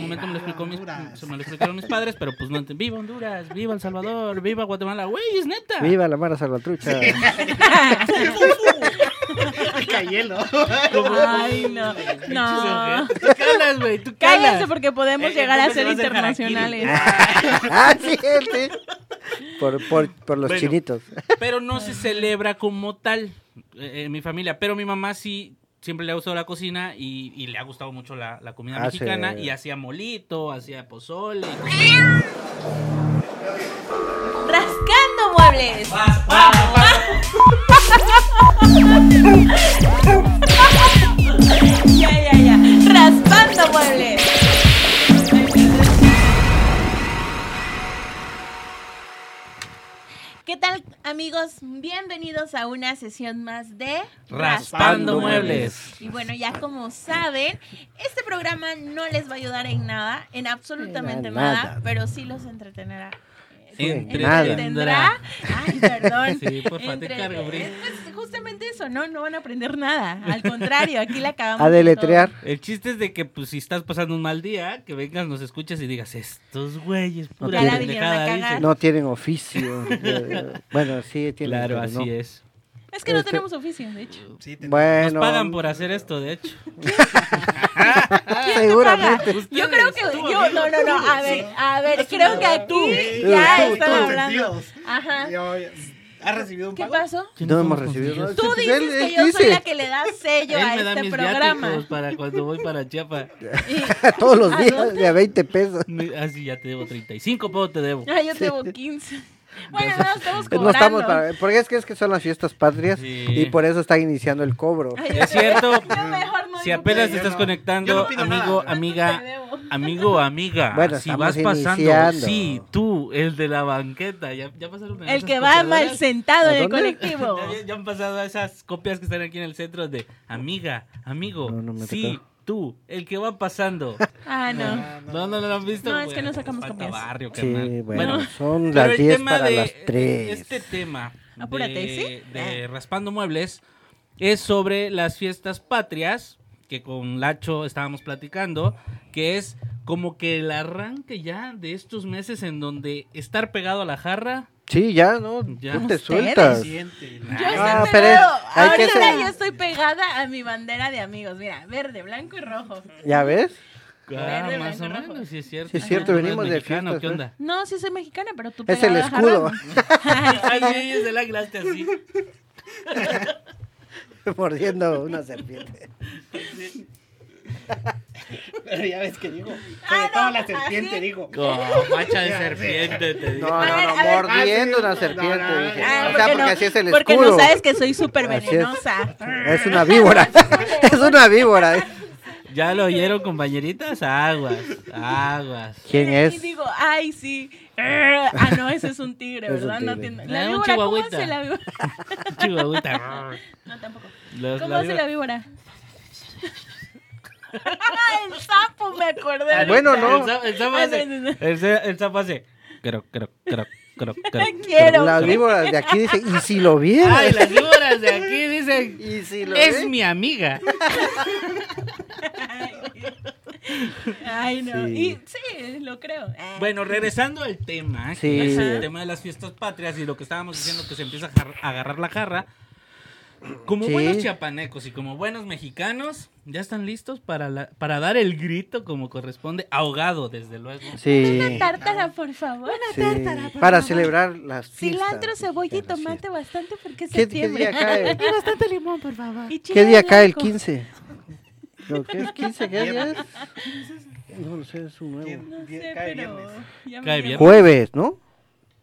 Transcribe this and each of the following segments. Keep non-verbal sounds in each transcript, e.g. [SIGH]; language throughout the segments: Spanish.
momento me lo, explicó mis, se me lo explicaron mis padres, pero pues no entendí. Viva Honduras, viva El Salvador, viva Guatemala, güey, es neta. Viva la Mara Salvatrucha. Cayelo. Ay, no. No. Tú calas, güey, tú Cállense calas. porque podemos Eh, llegar a entonces ser vas a dejar aquí. [LAUGHS] internacionales. [LAUGHS] Ah, sí, sí. Por, por, por los Bueno. chinitos. Pero no se celebra como tal eh, en mi familia. Pero mi mamá sí siempre le ha gustado la cocina y, y le ha gustado mucho la, la comida Ah, sí. mexicana. Y hacía molito, hacía pozole. y cosas Rascando muebles. [LAUGHS] Ya, ya, ya. Raspando muebles. ¿Qué tal, amigos? Bienvenidos a una sesión más de Raspando muebles. Y bueno, ya como saben, este programa no les va a ayudar en nada, en absolutamente En nada, nada. pero sí los entretenerá. nada. Entretendrá. Ay, perdón. Sí, porfa, te Entre- cargo, Bri. es pues justamente eso, ¿no? No van a aprender nada. Al contrario, aquí la acabamos. A deletrear. El chiste es de que, pues, si estás pasando un mal día, que vengas, nos escuches y digas, estos güeyes, No pura pendejada, tiene- Ya la vinieron a dicen". cagar. No tienen oficio. [LAUGHS] Eh, bueno, sí tienen. Claro, pero así no. es. todo. Es que no Este- tenemos oficio, de hecho. Sí, te- Nos Bueno, pagan por hacer esto, de hecho. Ah, ¿Quién te paga? seguramente. Yo creo que. Yo, no, no, no. A ver, a ver. Creo que aquí Tú, ya tú, están tú, hablando. sentidos. Ajá. Yo- ¿Has recibido un ¿Qué pago? pasó? No hemos recibido. Tú Pues dices él- que él yo soy dice. la que le da [LAUGHS] sello Él a me da este mis programa. viáticos para cuando voy para Chiapa. [LAUGHS] Todos los ¿A días Ah, dónde? de a 20 pesos. Me- Ah, sí, ya te debo 35, pero te debo. Ay, Ah, yo tengo 15. Pues, Bueno, no, estamos cobrando. pues, No estamos para- porque es que, es que son las fiestas patrias Sí. y por eso están iniciando el cobro. Ay, Es cierto. yo mejor no Si digo apenas que- te yo estás no- conectando, yo no pido nada. amigo, ¿Cuánto te amiga, debo? amigo, amiga, Bueno, si estamos vas pasando, iniciando. sí, tú, el de la banqueta, ya, ya pasaron a El esas que va mal copiadoras. sentado en el ¿A [LAUGHS] dónde? colectivo. Ya, ya han pasado esas copias que están aquí en el centro de amiga, amigo, No, no me sí, tocó. tú, el que va pasando. Ah, no. No, no, no lo han visto. No, es que Bueno, no sacamos falta copias. barrio, Sí, carnal. bueno, son pero las el 10 tema para de- las 3. Este tema de, Apúrate, ¿sí? Ah. de Raspando Muebles es sobre las fiestas patrias, que con Lacho estábamos platicando, que es como que el arranque ya de estos meses en donde estar pegado a la jarra. Sí, ya, ¿no? Ya. Tú te Ustedes. sueltas. Siente. Yo estoy Ah, pero pegado. es- hay que Ahorita ser- yo estoy pegada a mi bandera de amigos. Mira, verde, blanco y rojo. ¿Ya ves? Ah, Verde, más o blanco, rojo. menos, sí es cierto. Sí es cierto, Tú eres venimos de mexicano, fiestas, ¿qué ¿eh? [LAUGHS] onda? No, sí soy mexicana, pero tú Es el pegada a escudo. jarrón. Ay, sí, es el águila, hazte así. [LAUGHS] Mordiendo una serpiente. Pero ya ves que digo. Ah, Sobre no, todo la serpiente, así. digo. Como [LAUGHS] macha de serpiente, te digo. No, no, ver, no, a ver. mordiendo Ah, una sí. serpiente. No, no, no. dije. Ah, o sea, porque porque no- así es el escudo. Porque no sabes que soy súper Así es. venenosa. Es una víbora. [LAUGHS] es una víbora. Ya lo oyeron, compañeritas. Aguas, aguas. [LAUGHS] ¿Quién Y es? digo, ay, sí. Ah, no, ese es un [LAUGHS] tigre, Es un ¿verdad? No tigre. tiene- Ah, La un víbora, ¿cómo chihuahuita. hace la víbora? [LAUGHS] Chihuahuita. No, tampoco. Los- Pues ¿Cómo la hace víbora- la víbora? [LAUGHS] el sapo, me acordé. Ah, bueno, ahorita. no. El sa- El sapo Ay, hace. Ah, no, no, no. El, sa- el sapo hace. Croc, croc, croc, [LAUGHS] croc, croc. Quiero. Las víboras de aquí dicen, ¿y si lo vieron? Ay, las víboras Ah, de aquí dicen. [LAUGHS] ¿Y si lo Es ven? mi amiga. Ay, no. Sí. Y sí, lo creo. Ah. Bueno, regresando al tema, Sí. que es el tema de las fiestas patrias y lo que estábamos diciendo que se empieza a jar- a agarrar la jarra. Como Sí. buenos chiapanecos y como buenos mexicanos, ya están listos para, la- para dar el grito como corresponde, ahogado, desde luego. Una Sí. tártara, por favor. sí. Para celebrar las fiestas. Cilantro, cebolla y mexicanas, sí. tomate bastante porque es ¿Qué, qué día septiembre. cae? bastante limón, por favor. [LAUGHS] Y chile ¿Qué día cae el blanco. 15? No, ¿Qué es 15? ¿Qué día es? No lo sé, es un nuevo. Bien, No bien, sé, cae pero. viernes. ya me Cae llamo. bien. Jueves, ¿no?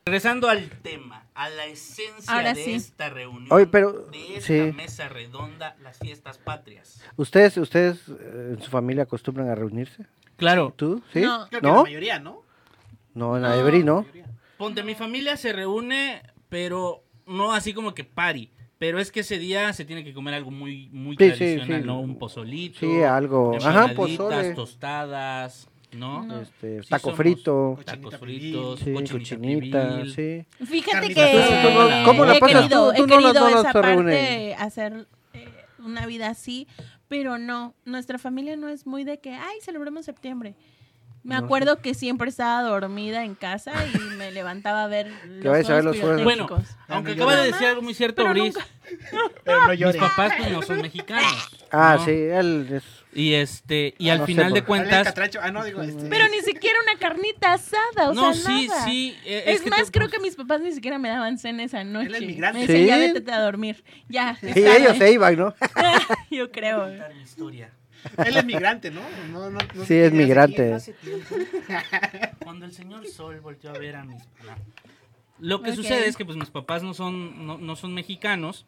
Regresando al tema, a la esencia Ahora de sí. esta reunión, Oye, pero- de esta sí. mesa redonda, las fiestas patrias. ¿Ustedes, ustedes eh, en su familia acostumbran a reunirse? Claro, ¿Tú? ¿Sí? No. Creo que la ¿No? mayoría, ¿no? No, en Ah. la Ebri no. ponte, mi familia se reúne, pero no así como que party. Pero es que ese día se tiene que comer algo muy, muy Sí, sí, tradicional, sí. ¿no? Un pozolito. Sí, algo. Ajá, Ajá, pozole. tostadas, ¿no? No. Este, Sí taco somos frito. Tacos Cochinita fritos, Sí, cochinita, cochinita. pibil. Sí. Fíjate Carnitas. que ¿Tú cómo- cómo la he pasas tú? querido, Tú he no la- querido no las esa parte reúnes. hacer eh, una vida así, pero no, nuestra familia no es muy de que, ay, celebremos septiembre. Me No sé. acuerdo que siempre estaba dormida en casa y me levantaba a ver [LAUGHS] los Que vayas a ver los juegos juegos. Bueno, pirotécnicos. aunque Amigo. acaba de Mamá, decir algo muy cierto, pero Bris. nunca- Pero no Mis llores. papás pues, no son mexicanos. Ah, ¿no? sí, él es... Y este, y al Ah, No sé final por de qué. Dale, cuentas. catracho. Ah, no, digo, este, Pero ni siquiera una carnita asada, o No, sea, sí, nada. sí. eh, Es, que más, te- creo [LAUGHS] que mis papás ni siquiera me daban cena esa noche. Él es migrante. Me decían, ya Sí. vete a dormir. Ya. Sí, ellos se iban, ¿no? [LAUGHS] [LAUGHS] [LAUGHS] Yo creo. Contar mi historia. Él es migrante, ¿no? No, no, no Sí, sé es qué migrante. hace aquí, [LAUGHS] no hace tiempo. Cuando el señor Sol volteó a ver a mis papás. Lo que Ok. sucede es que pues mis papás no son, no, no son mexicanos.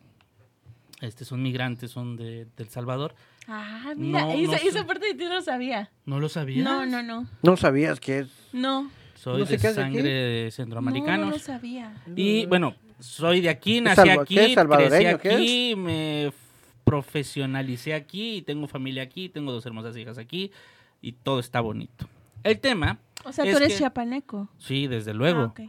Este son migrantes, son de, de El Salvador. Ah, mira, No, esa, no sé. esa parte de ti no lo sabía. ¿No lo sabías? No, no, no. No sabías que es... No. Soy No sé de qué hace sangre de No, no centroamericanos. lo sabía. Y bueno, soy de aquí, ¿Es nací salva- aquí, qué es crecí salvadoreño, qué aquí, me f- profesionalicé aquí, tengo familia aquí, tengo dos hermosas hijas aquí y todo está bonito. El tema, O sea, Es tú eres que- chiapaneco. sí, desde luego. Ah, ok.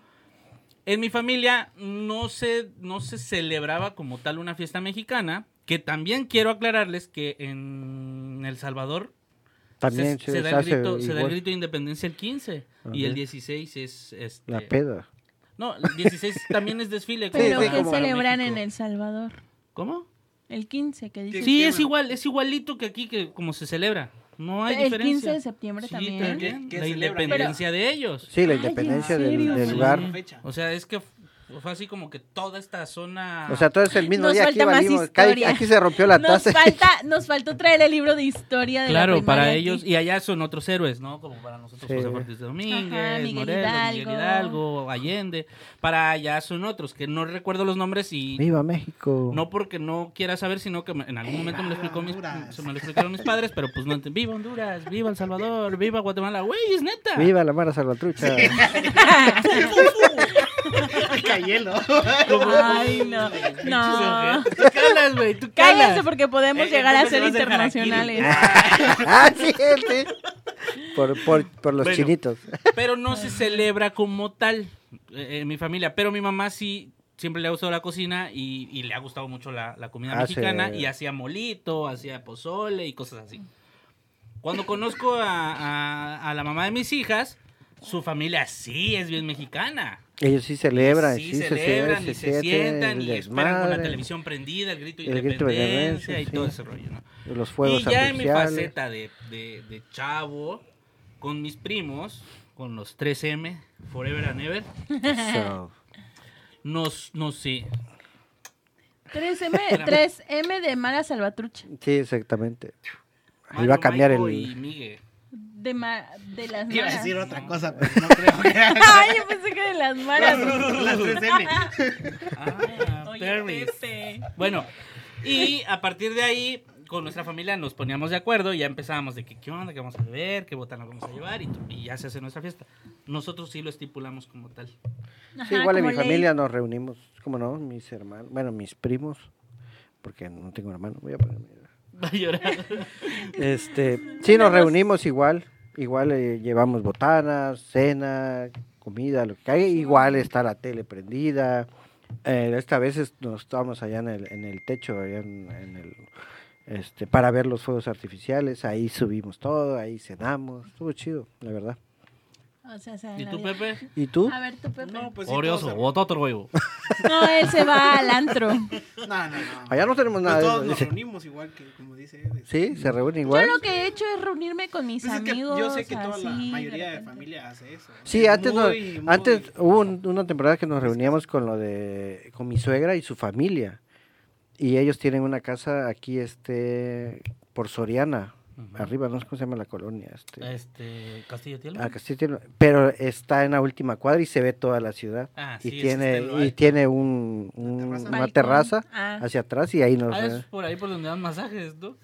En mi familia no se, no se celebraba como tal una fiesta mexicana, que también quiero aclararles que en El Salvador También se, se, se da el deshace grito, se da el igual grito de independencia el 15 y Ajá. el 16 es... Este, La peda. no, el 16 también es desfile. como Pero sí, para- que como- para celebran en México. El Salvador. ¿Cómo? El 15, que dice. Sí, Sí, sí, es bueno. igual, es igualito que aquí, que como se celebra. No hay El 15 diferencia. de septiembre Sí, también. también, ¿Qué- qué la celebran? independencia de ellos. Sí, la Ay, ¿en independencia del, serio? del Sí. lugar. O sea, es que f- fue así como que toda esta zona... O sea, todo es el mismo Nos día. Aquí, falta más valimos, cada- historia. aquí se rompió la Nos taza. falta, nos faltó traer el libro de historia de la claro, primaria para aquí. ellos, y allá son otros héroes, ¿no? Como para nosotros Sí. José Ortiz de Domínguez, Ajá, Miguel Morelos, Miguel Hidalgo. Hidalgo, Allende. Para allá son otros, que no recuerdo los nombres y... [LAUGHS] ¡Viva México! No porque no quiera saber, sino que me- en algún momento me lo, viva explicó mis, Honduras. se me lo explicaron mis padres, pero pues no entendí. Viva Honduras, viva El Salvador, viva Guatemala, güey, es neta. ¡Viva la Mara Salvatrucha! Cae [LAUGHS] hielo. Ay, no. No. Tú calas, güey, tú Cállense calas. porque podemos Eh, llegar a entonces ser vas a dejar aquí. internacionales. [LAUGHS] ¡Ah, sí, sí! Por, por, por los Bueno. chinitos. Pero no se celebra como tal eh, en mi familia. Pero mi mamá sí siempre le ha gustado la cocina y, y le ha gustado mucho la, la comida Ah, sí. mexicana. Y hacía molito, hacía pozole y cosas así. Cuando conozco a, a- a la mamá de mis hijas, su familia sí es bien mexicana. Ellos sí celebran, sí, sí, se celebran se- y se se, sienten, sientan el y esperan con la desmadre, televisión prendida, el grito de el grito de independencia independencia, y sí. todo ese rollo, ¿no? Los fuegos y ya en mi artificiales. faceta de, de- de chavo, con mis primos, con los 3M, Forever and Ever, Eso. nos, no sé, 3M, 3M de Mara Salvatrucha. Sí, exactamente. Ahí Mario, va a cambiar Maiko el... y [LAUGHS] Migue. De, ma- de las Iba a maras. decir otra cosa, pero no creo que [LAUGHS] era. Ay, yo pensé que [LAUGHS] de las maras. Las [LAUGHS] 3M. Ah, Oye, Perry. este. Pepe. Bueno, y a partir de ahí, con nuestra familia nos poníamos de acuerdo y ya empezábamos de que qué onda, qué vamos a beber, qué botana vamos a llevar y, y ya se hace nuestra fiesta. Nosotros sí lo estipulamos como tal. [LAUGHS] Sí, Ajá, igual en como mi ley. familia nos reunimos, como no, mis hermanos, bueno, mis primos, porque no tengo hermano, voy a ponerme. Va a llorar. Este, sí, nos reunimos igual, igual eh, llevamos botanas, cena, comida, lo que hay, igual está la tele prendida. Eh, esta vez es- nos estábamos allá en el, en el techo, allá en, en el, este, para ver los fuegos artificiales, ahí subimos todo, ahí cenamos, estuvo chido, la verdad. O sea, o sea, ¿Y tú, Navidad. Pepe? ¿Y tú? A ver, tú, Pepe. No, pues sí, Orioso, todos- voto otro huevo. No, él se va al antro. No, no, no. Allá no tenemos Pues nada. de todos eso, nos dice. reunimos igual que como dice Edes. Sí, se reúnen Yo igual. lo que he hecho es reunirme con mis Pues es que amigos. yo sé que toda la así, mayoría de repente. familia hace eso. Sí, antes, no- Muy, muy- antes hubo un- una temporada que nos reuníamos con lo de con mi suegra y su familia. Y ellos tienen una casa aquí este por Soriana, [LAUGHS] arriba, no sé cómo se llama la colonia, este. Este, Castillo Tielma. Ah, que sí tiene- pero está en la última cuadra y se ve toda la ciudad. Ah, sí, y ese tiene está en lo y alto. tiene un- un- terraza. una Balcón. terraza Ah. hacia atrás y ahí nos Ah, es eh, por ahí por donde dan masajes, ¿no?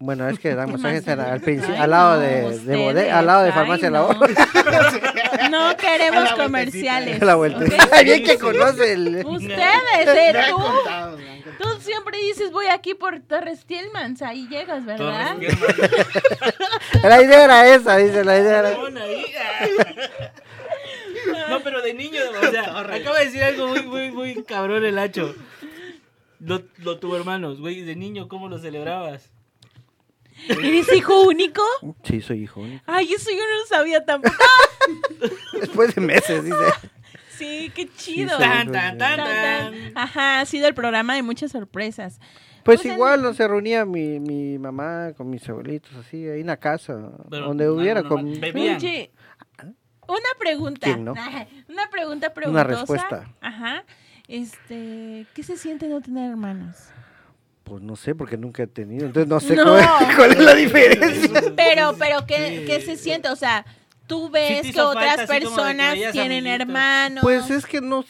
bueno, es que dan ¿Qué masajes [LAUGHS] más? al, al princi- Ay, al lado no, de, de bode- ustedes, al lado de ay, farmacia no. la Orden, [LAUGHS] No A queremos la vueltecita. comerciales. a [LAUGHS] la vuelta. ¿ok? Ay, bien que conoce el Ustedes, Me eh, han tú. contado, me han contado. Tú siempre dices, voy aquí por Torres Tielmans, ahí llegas, ¿verdad? Torres Tielma. [LAUGHS] La idea era esa, dice, la idea era. Pon ahí. [LAUGHS] No, pero de niño, o [LAUGHS] sea, acaba de decir algo muy, muy, muy cabrón el hacho. Lo, lo tuvo hermanos, güey, de niño, ¿cómo lo celebrabas? ¿Eres hijo único? Sí, soy hijo único. Ay, eso yo no lo sabía [LAUGHS] tampoco. Después de meses, [LAUGHS] dice. Sí, qué chido. soy. Tan, tan, tan, Tan, tan. tan. Ajá, ha sido el programa de muchas sorpresas. Pues Pues en- igual no se reunía mi, mi mamá con mis abuelitos, así, ahí en la casa, Pero, donde ah, hubiera no, con no, bebían. Oye, una pregunta. ¿Quién no? Una pregunta preguntosa. respuesta. Ajá. Este, ¿qué se siente no [LAUGHS] tener hermanos? Pues no sé, porque nunca he tenido, entonces no sé No. cuál, es- cuál [LAUGHS] es la diferencia. Pero, pero, ¿qué, qué se siente? O sea, tú ves que hizo otras falta así como de que personas veías tienen amiguitos. hermanos. Pues es que no,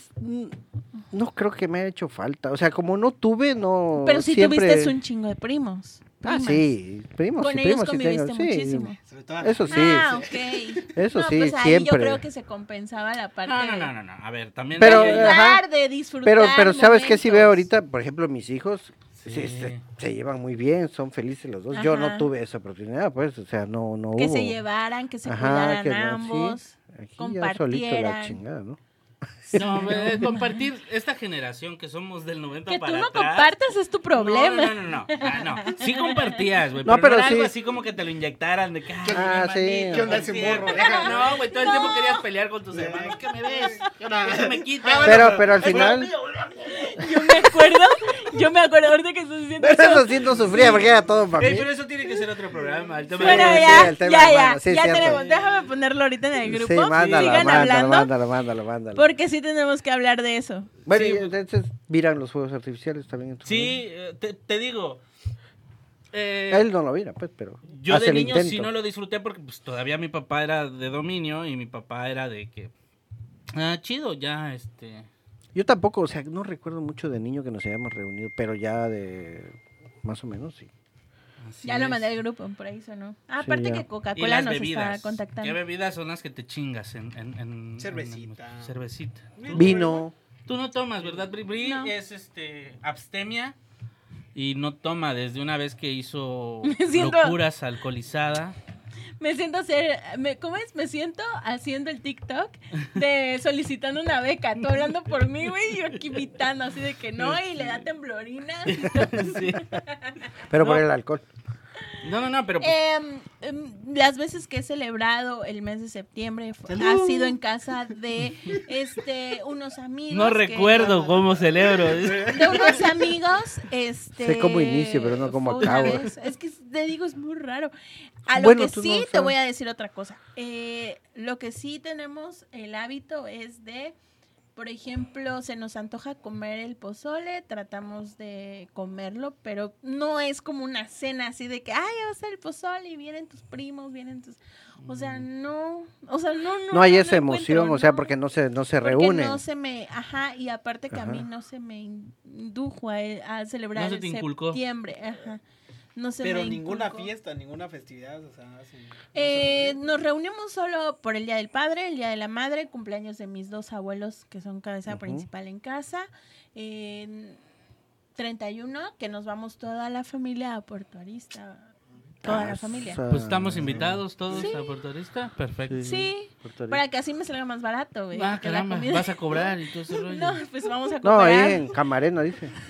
no creo que me haya hecho falta, o sea, como no tuve, no Pero sí siempre... tuviste un chingo de primos. Ah, primas. sí, primos Con y ellos primos sí conviviste tengo, sí, muchísimo. Sobre todo a la- Eso sí, ah, sí, ok. eso No, sí, pues ahí siempre. yo creo que se compensaba la parte No, no, no, no, no. A ver, también. Pero, de hay- eh, ayudar, ajá. de disfrutar. Pero, pero ¿sabes qué? Si veo momentos. ahorita, por ejemplo, mis hijos se- Sí. se, se llevan muy bien, son felices los dos. Yo Ajá. no tuve esa oportunidad, pues, o sea, no, no Que hubo. se llevaran, que se Oh. Ajá, cuidaran que no, sí. ambos. Aquí ya solito la compartieran. chingada, ¿no? No, eh, compartir esta generación que somos del 90 Que tú para no atrás. compartas es tu problema. No, no, no, no. Ah, no. Sí compartías, güey. No, No, pero, pero era algo sí. así como que te lo inyectaran de que. ay, Ah, mi sí. hermanito, ¿Qué onda por ese cierto. morro? Déjame. No, güey, todo el tiempo querías pelear con tus Sí. hermanos. ¿Qué me [LAUGHS] ves? Yo nada. Eso me quita. Ah, Pero, pero al Eso es final, mío. Yo me acuerdo, yo me acuerdo ahorita que estás diciendo [LAUGHS] pero eso eso. sí no sufría porque era todo para Eh, mí. pero eso tiene que ser otro programa. el tema Bueno, de- sí, ya, el tema ya, ya, hermano, sí, ya cierto. tenemos. Déjame ponerlo ahorita en el grupo. Sí, mándala, Sigan mándala, hablando, mándala, mándala, mándala. porque sí tenemos que hablar de eso. Bueno, Sí, y pues- entonces miran los fuegos artificiales también. en tu Sí, eh, te, te digo. eh, familia. Él no lo mira, pues, pero Yo hace de el niño intento. sí no lo disfruté porque pues, todavía mi papá era de dominio y mi papá era de que. Ah, chido, ya, este. Yo tampoco, o sea, no recuerdo mucho de niño que nos hayamos reunido, pero ya de más o menos sí. así ya lo es. mandé al grupo, por ahí sonó. Ah, Sí, Aparte ya. que Y Coca-Cola las nos bebidas. está contactando. ¿Qué bebidas son las que te chingas en. en- en- Cervecita. en- cervecita. Tú- Vino, Tú no tomas, ¿verdad, Bri? Bri No. es este, abstemia y no toma desde una vez que hizo [LAUGHS] Me siento- locuras [LAUGHS] alcoholizada. Me siento hacer, me, ¿cómo es? Me siento haciendo el TikTok [LAUGHS] de solicitando una beca. Tú hablando por mí, güey, y yo aquí imitando así de que no, y le da [LAUGHS] temblorina. Pues Sí. pero por No. el alcohol. No, no, no, pero pues, Em, em, las veces que he celebrado el mes de septiembre fu- ha ¡Salud! sido en casa de este unos amigos. no que- recuerdo cómo celebro. [LAUGHS] De unos amigos, este. Sé cómo inicio, pero no cómo fue una acabo. vez. Es que te digo, es muy raro. A lo Bueno, que tú sí no, o te sea. voy a decir otra cosa. Eh, lo que sí tenemos el hábito es de, por ejemplo, se nos antoja comer el pozole, tratamos de comerlo, pero no es como una cena así de que, ay, ya va a ser el pozole y vienen tus primos, vienen tus. O sea, no. O sea, no, no. Mm. No hay no esa encuentro, emoción, o sea, no. porque no se, no se Porque reúnen. No se me, ajá, y aparte que a mí Ajá. no se me in- indujo a, a celebrar No se el te inculcó. septiembre, ajá. No se Pero me ninguna inculcó. fiesta, ninguna festividad, o sea, hacen- no Eh, se me- nos reunimos solo por el Día del Padre, el Día de la Madre, cumpleaños de mis dos abuelos que son cabeza Ujú. principal en casa. En 31, que nos vamos toda la familia a Puerto Arista. Toda la Casa. familia. Pues estamos invitados todos Sí. a Puerto Arista. Perfecto. Sí, Puerto Rico. para que así me salga más barato, güey. Ah, que la caramba, comida- vas a cobrar y todo ese rollo. [LAUGHS] No, pues vamos a No, comprar. ahí en Camarena dice. [LAUGHS]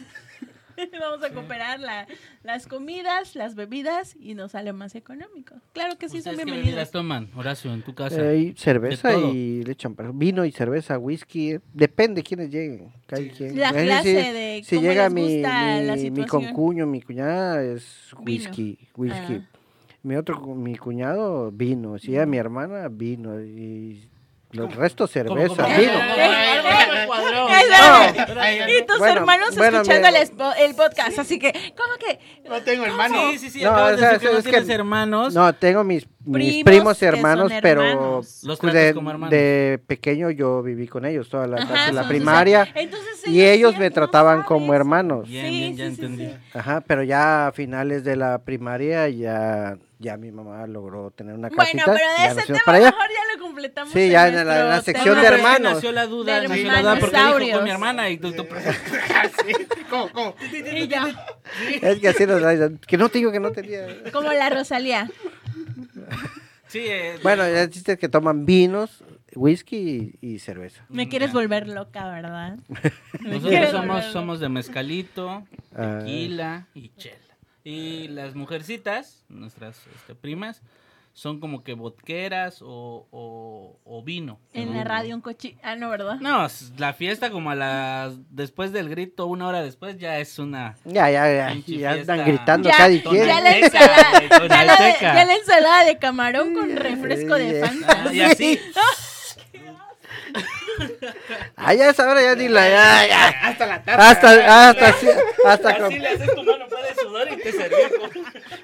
Vamos a cooperar la- las comidas, las bebidas y nos sale más económico. Claro que sí, son ¿Ustedes qué bienvenidas. bebidas toman, Horacio, en tu casa? Hay cerveza de todo. y le echan para- Vino y cerveza, whisky, eh, depende quiénes lleguen. cada Sí. quien. La Es decir, clase de Si cómo llega les mi, gusta la mi, mi situación. concuño, mi cuñada es Vino. whisky, whisky. Mi otro, cu- mi cuñado vino, si era mi hermana vino y los restos Como- cerveza, como- vino. Ay, algo me cuadró. [LAUGHS] Ay, No. ay, Ay, ay. Y tus Bueno, hermanos bueno, escuchando el, mira. espo- el podcast, así que, ¿cómo que? No tengo hermano. Sí, [LAUGHS] sí, sí. No, acabas o sea, de decir que es no que- tienes hermanos. No, tengo mis, mis Primos primos que son hermanos, pero hermanos. Los pues, tratas de, como hermanos. de pequeño yo viví con ellos toda la, Ajá, hasta la son sus- primaria Entonces y ellos sí me no trataban saben como eso. hermanos. Bien, Sí, bien, ya sí, sí, entendí. sí. Ajá, pero ya a finales de la primaria ya, ya mi mamá logró tener una Bueno, casita. pero de ya nos fuimos ese tema para allá. mejor ya lo completamos. Sí, en ya en la- nuestro la No, sección no, tema. pero de es que hermanos. Nació la duda, De nació la duda porque dijo hermanosaurios. con mi hermana y tú, tú- Ah, Sí, ¿Cómo, cómo? [LAUGHS] Y ya, Es que así nos la- Que no te digo que no tenía. como la Rosalía. Sí, eh, Bueno, el chiste es que toman vinos, whisky y, y cerveza. Me quieres volver loca, ¿verdad? nosotros Me [LAUGHS] quieres volver somos, loca. somos de mezcalito, Ah. tequila y chela. Y las mujercitas, nuestras este, primas, son como que vodqueras o, o- o vino. En la radio un cochi. Ah, no, ¿verdad? No, s- la fiesta como a las... Después del grito, una hora después, ya es [LAUGHS] una... Ya, ya, ya. Pinche Ya fiesta. están gritando Ya, cada quien. ya la Tonalteca, ensalada, güey, ya la, de- tonalteca. ya la ensalada de camarón con refresco de Fanta. Ah, y así. Ah, ya es ahora, ya ni la. Ya, ya. Hasta la tarde. Hasta, hasta, así- hasta, Así con- le haces tu mano para de sudor y te servimos.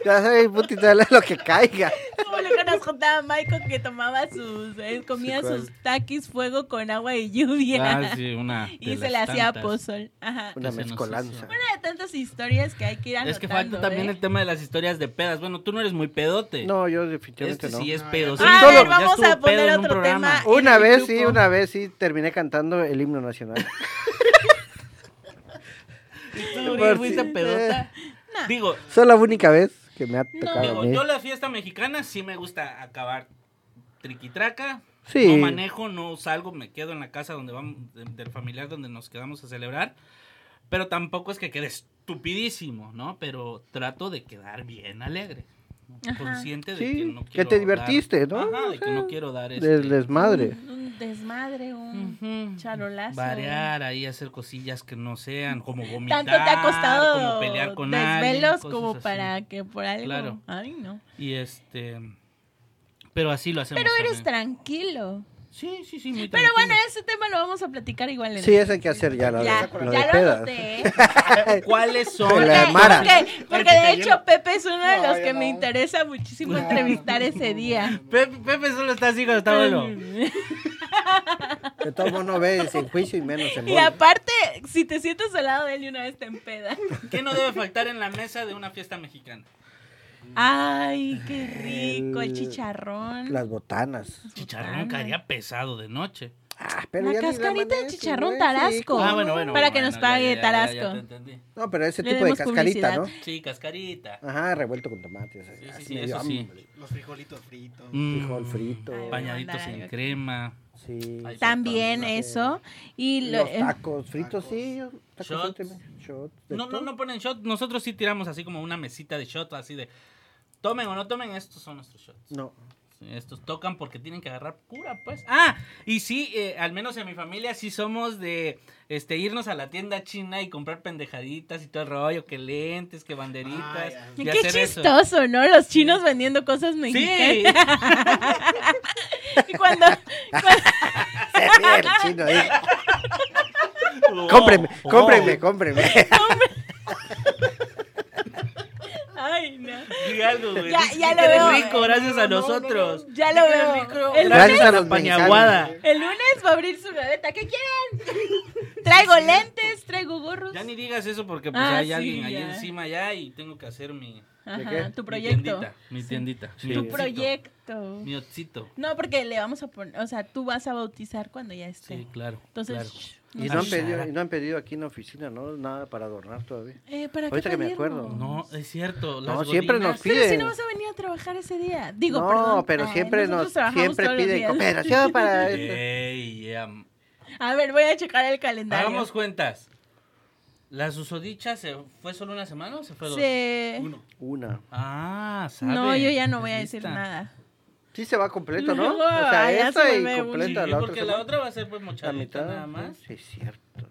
[LAUGHS] ya sabes, putita, dale lo que caiga. Como lo que nos contaba Michael que tomaba sus, eh, comía ¿cuál? sus taquis fuego con agua y lluvia. Ah, sí, una de [LAUGHS] y las se le hacía tantas. pozol. Ajá. Una Que se nos mezcolanza. hizo. Una de tantas historias que hay que ir anotando. Es que falta también ¿eh? el tema de las historias de pedas. Bueno, tú no eres muy pedote. No, yo definitivamente este no. sí es No, pedo. ya- sí, A solo- ver, ya vamos estuvo a poner pedo en un otro programa. tema. Una el vez grupo. sí, una vez sí terminé cantando el himno nacional. Tú, Uri, Por fuiste si- pedota. Digo, Fue la única vez que me ha tocado digo, a mí. yo la fiesta mexicana sí me gusta acabar triquitraca. Sí. No manejo, no salgo, me quedo en la casa donde vamos, de- del familiar donde nos quedamos a celebrar. Pero tampoco es que quede estupidísimo, ¿no? Pero trato de quedar bien alegre. ¿no? Ajá. Consciente de Sí, que no que quiero te dar- divertiste, ¿no? Ajá, de que O sea, no quiero dar este, Del desmadre. Un, un desmadre, un Ujú. charolazo. eh. Variar ahí, hacer cosillas que no sean, como vomitar, Tanto te ha costado como pelear con alguien, desvelos cosas como así. para que por algo. Claro. Ay, no. Y este... Pero así lo hacemos. Pero eres también. tranquilo. Sí, sí, sí, muy Pero bueno, tranquilo. ese tema lo vamos a platicar igual en Sí, eso hay que hacer ya, la Ya, de, lo ya de lo pedas. [LAUGHS] anoté. ¿eh? [LAUGHS] ¿Cuáles son? Porque, La de Mara. porque- porque de hecho Pepe es uno de No, los yo que no. me interesa muchísimo No, entrevistar no, ese día. Pepe, Pepe solo está así cuando está [LAUGHS] bueno. Que todo el mundo ve sin juicio y menos en Y aparte, si te sientas al lado de él y una vez te empeda. ¿Qué no debe faltar en la mesa de una fiesta mexicana? Ay, qué rico, el El- chicharrón. Ah, Las botanas. Chicharrón caería pesado de noche. Ah, pero La ya ni cascarita de amanece, chicharrón güey, tarasco. sí, como- Ah, bueno, Para que nos pague Tarasco. te entendí. No, pero ese Le tipo de demos cascarita, publicidad. ¿no? Sí, cascarita. Ajá, revuelto con tomates. Sí, sí, así sí, medio eso sí. hambre. Los frijolitos fritos. Mm, Frijol frito. Ay, bueno. Bañaditos Mandar en algo. crema. Sí. Ay, También Tortas, eso. Y lo- Los eh, tacos fritos, sí. Tacos Shots. fritos, shots, de No, no, todo. no ponen shot. Nosotros sí tiramos así como una mesita de shot, así de. Tomen o no tomen, estos son nuestros shots. No. [LAUGHS] Sí, Estos tocan porque tienen que agarrar cura, pues. Ah, y sí, eh, al menos en mi familia sí somos de este irnos a la tienda china y comprar pendejaditas y todo el rollo, que lentes, que banderitas. Ay, y qué hacer eso. chistoso, ¿no? Los chinos vendiendo cosas Sí, [LAUGHS] mexicanas. Y cuando, Se ríe el [LAUGHS] chino ahí. Cómpreme, Oh, oh. cómpreme, cómpreme. [LAUGHS] [LAUGHS] Ay, no. Di algo, güey. Ya- Di- ya di lo que eres veo. rico, gracias a nosotros. Ya lo Di que eres veo. rico, El gracias lunes- a la pañaguada. El lunes va a abrir su gaveta. ¿Qué quieren? [LAUGHS] Traigo lentes, traigo gorros. Ya ni digas eso porque pues, Ah, hay sí, alguien ahí ya. encima ya y tengo que hacer mi, Ajá, qué? tu mi proyecto. tiendita. Mi tiendita. Sí. mi Tu otsito, Proyecto. Mi otsito. No, porque le vamos a poner, o sea, tú vas a bautizar cuando ya esté. Sí, claro. Entonces, claro. shh, Y no no, han sé. pedido, y no han pedido aquí en la oficina, ¿no? Nada para adornar todavía. Eh, ¿para qué Ahorita que me pedirlo? acuerdo. No, es cierto. No, las siempre nos godinas- piden. Pero si no vas a venir a trabajar ese día. Digo, no, perdón. pero Ay, siempre nosotros nos trabajamos siempre todos los piden días. cooperación [LAUGHS] para esto. Ey, yeah. A ver, voy a checar el calendario. Hagamos cuentas. ¿La susodicha se fue solo una semana o se fue dos? Se- Uno. Una. Ah, sabe. No, yo ya no voy a Es decir lista. nada. Sí se va completo, [LAUGHS] ¿no? No, O sea, ya esta se y vuelve Sí, completa la otra. porque la semana. otra va a ser pues La mochadita mitad. nada más. Sí, es cierto.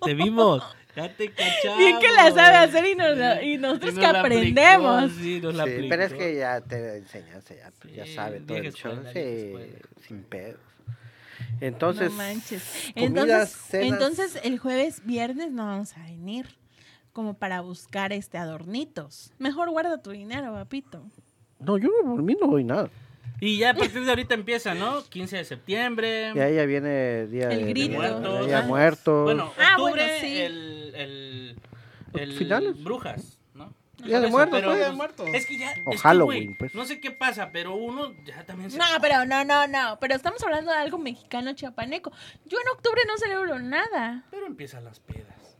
[LAUGHS] te vimos. Ya te cachamos. Bien que la sabe hacer y, nos la- y nosotros Y nos que la aplicó, aprendemos. sí, nos la Sí, pero es aplicó. que ya te enseñaste, ya, ya Sí, sabe todo vieja el show. escuela, Sí, vieja escuela. sin pedos. Entonces, no manches. comidas, Entonces, cenas. entonces el jueves, viernes no vamos a venir como para buscar este adornitos. Mejor guarda tu dinero, papito. no, yo no- por mí no doy nada. Y ya a partir de ahorita empieza, ¿no? 15 de septiembre. Y ahí ya viene día Um, El de- de grito. muertos. Muertos. Día Ah. muerto. Bueno, octubre, Ah, bueno, sí. el, el, el Finales. Brujas, ¿no? Día de Eso, muertos, pero, pues. pues, de muertos. Es que ya. es O que, Halloween, güey, pues. No sé qué pasa, pero uno ya también se. No, pero no, no, no. Pero estamos hablando de algo mexicano chiapaneco. Yo en octubre no celebro nada. Pero empiezan las pedas.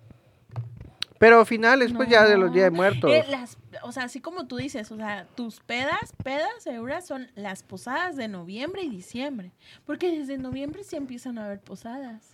Pero finales, pues ya de los No. días de muertos. Eh, las, o sea, así como tú dices, o sea, tus pedas, pedas seguras son las posadas de noviembre y diciembre. Porque desde noviembre sí empiezan a haber posadas.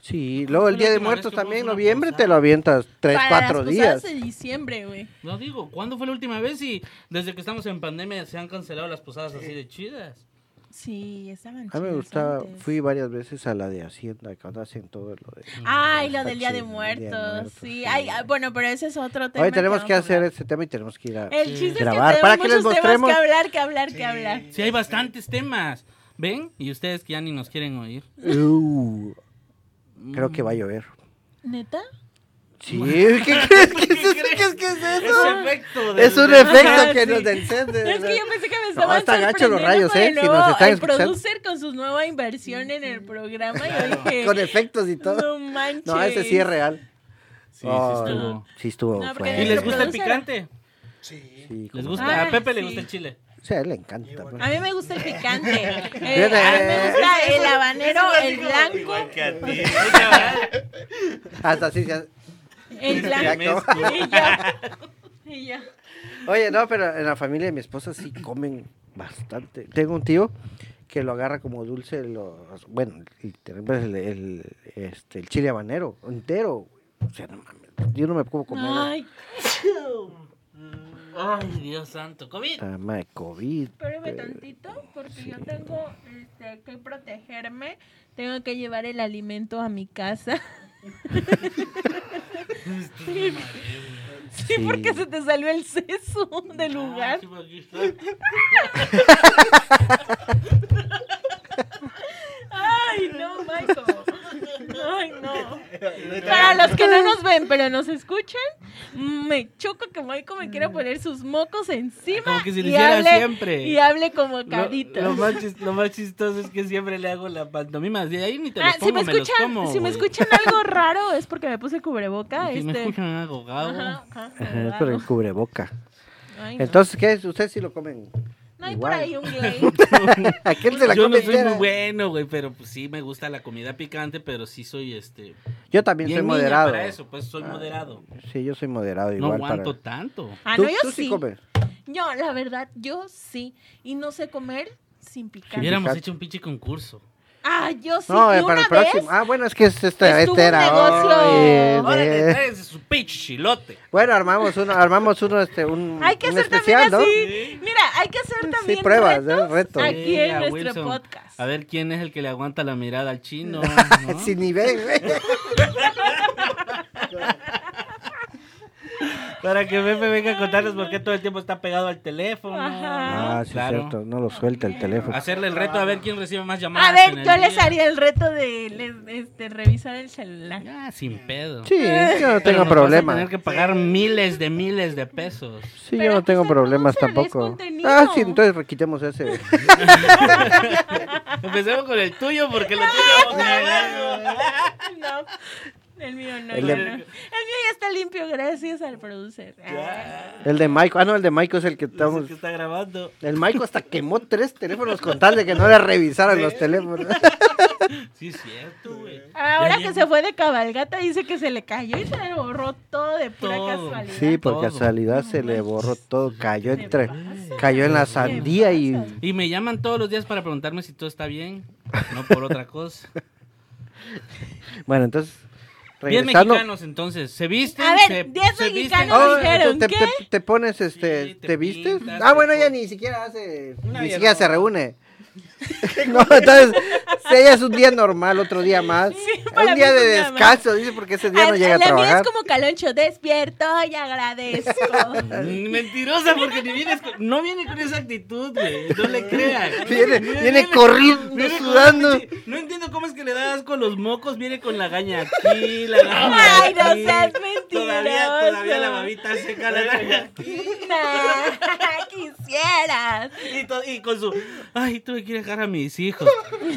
Sí, luego el Yo Día la de última Muertos vez que también, fuimos a una noviembre posada. te lo avientas tres, Para cuatro las posadas días. de diciembre, güey. No digo, ¿cuándo fue la última vez? Y desde que estamos en pandemia se han cancelado las posadas así de chidas. Sí, A estaban mí me chidas gustaba, antes. fui varias veces a la de Hacienda, que ahora hacen todo lo de... Ay, lo del Día de Está chido, el Día de Muertos. Muertos, Sí, sí. ay, ah, bueno, pero ese es otro tema. Hoy tenemos que vamos a hacer hablar. Eh. este tema y tenemos que ir a... El grabar, chiste es que tenemos para que les muchos temas mostremos. que hablar, que hablar, que Sí. hablar. Sí, hay bastantes temas. ¿Ven? Y ustedes que ya ni nos quieren oír. Uh, creo que va a llover. ¿Neta? Sí, [LAUGHS] ¿qué crees que es, crees? ¿Qué es- qué es eso? Ese efecto del- Es un Ajá, efecto que sí. nos enciende. Es que yo pensé que me No, estaban está gacho los sorprendiendo rayos, con ¿eh? el Si nos nuevo- están el escuchando. producer con su nueva inversión en el programa. Y yo dije, Con efectos y todo. no manches. No, ese sí es real. Sí, sí Oh, estuvo. sí estuvo No, porque fuerte. ¿Y les Nuestro gusta el producer. picante? Sí. Sí, como ¿Les no. gusta? Ay, a Pepe le sí. gusta el chile. O sea, le encanta. pues. A mí me gusta el [LAUGHS] picante. Eh, Fíjate. a mí me gusta el habanero, Eso es el como- blanco, Igual que [LAUGHS] a ti. [LAUGHS] Hasta así. se hace. el Ya blanco. acabó. Y ya. Y ya. Oye, no, pero en la familia de mi esposa sí comen bastante. Tengo un tío que lo agarra como dulce, lo- bueno, y tenemos el, el- este, el chile habanero entero. O sea, no mames, yo no me puedo comer. Ay, Ay, Dios santo. COVID. esta madre COVID. espérame eh, Este, tantito, porque yo tengo este, que protegerme. Tengo que llevar el alimento a mi casa. Sí, porque se te salió el seso del Ah, lugar. sí, porque [LAUGHS] está- Ay, no, Michael. Ay, no. Para los que no nos ven, pero nos escuchan, me choca que Michael me quiera poner sus mocos encima. Mm. Como que si lo y hiciera hable- siempre. Y hable como Lo, carita. lo más chis- lo más chistoso es que siempre le hago la pantomima. De ahí ni te Ah, los si pongo, me me los escuchan, como, si me güey. escuchan algo raro es porque me puse cubreboca. Si me este. escuchan agogado. Ajá, ajá, Ajá, es raro. por el cubreboca. Ay, no. Entonces, ¿qué es? Ustedes sí lo comen. no hay igual. por ahí un [LAUGHS] gay. Aquel se la Yo no come soy entera. muy bueno, güey, pero pues sí me gusta la comida picante, pero sí soy este Yo también bien soy niña moderado. para eso, pues soy moderado. Sí, yo soy moderado No igual. aguanto para... tanto. Ah, ¿Tú, no, yo tú sí sí. comes? Yo, la verdad, yo sí. Y no sé comer sin Si picar. hubiéramos picante. hecho un pinche concurso. Ah, yo sí. no, y eh, una para el vez- próximo. Ah, bueno, es que este, este, estuvo este un era. negocio. Oye, Órale, eh. tráiganse su pinche chilote. Bueno, armamos uno, armamos uno, este, un, Hay que un hacer especial, también ¿no? así. Mira, hay que hacer también pruebas, ¿eh? retos Retos. aquí Sí, en a nuestro Wilson. podcast. A ver quién es el que le aguanta la mirada al [LAUGHS] chino. ¿no? Sin nivel, güey. Para que Pepe venga a contarnos por qué todo el tiempo está pegado al teléfono. Ajá. ¿no? Ah, sí, cierto, no lo suelta el teléfono. Hacerle el reto a ver quién recibe más llamadas. A ver, en el yo les día. haría el reto de les- este, revisar el celular. Ah, sin pedo. Sí, yo no Pero tengo nos vas a problema. Tener que pagar miles de miles de [LAUGHS] pesos. Sí, Pero yo no pues tengo problemas entonces, tampoco. contenido. Ah, sí, entonces quitemos ese. Empecemos con el tuyo porque [LAUGHS] lo tuyo. No, el mío no. El El, de- el mío ya está limpio gracias al producer. El de Maico. Ah, no, el de Maico es el que estamos. Es que está grabando. El Maico hasta quemó tres teléfonos con tal de que no le revisaran los teléfonos. Sí, es cierto, güey. Ah. Ahora Ya que llevo se fue de cabalgata dice que se le cayó y se le borró todo de pura Todo. casualidad. Sí, por Todo. casualidad se le borró todo. Cayó ¿Qué entre. pasa? Cayó en la sandía y. pasa? Y me llaman todos los días para preguntarme si todo está bien. No por otra cosa. Bueno, entonces. Bien [LAUGHS] Regresando. mexicanos, entonces. ¿Se visten? A ver, se, diez se visten- mexicanos. Oh, dijeron, te, ¿qué? te- te pones este, Sí, te, te viste. pintas, Ah, te bueno, ella pon- ni siquiera hace, Una ni vida siquiera se normal. [LAUGHS] reúne. no, entonces, si ella es un día normal, otro día más. Sí, para un mí día es de un día más. descanso, dice, porque ese día pues, no A- llega a Ah, la mía trabajar. es como caloncho, despierto [LAUGHS] y agradezco. [LAUGHS] Mm, Mentirosa, porque ni vienes con- no viene con esa actitud, güey. No le crean. [LAUGHS] Viene- viene corriendo, con- sudando. No entiendo cómo es que le das con los mocos. Viene con la gaña aquí, la gaña Ay, no aquí. seas Todavía, mentiroso. todavía la babita seca la gaña aquí. Nah, [LAUGHS] quisieras. Y, to- y con su, ay, tuve que dejar a mis hijos.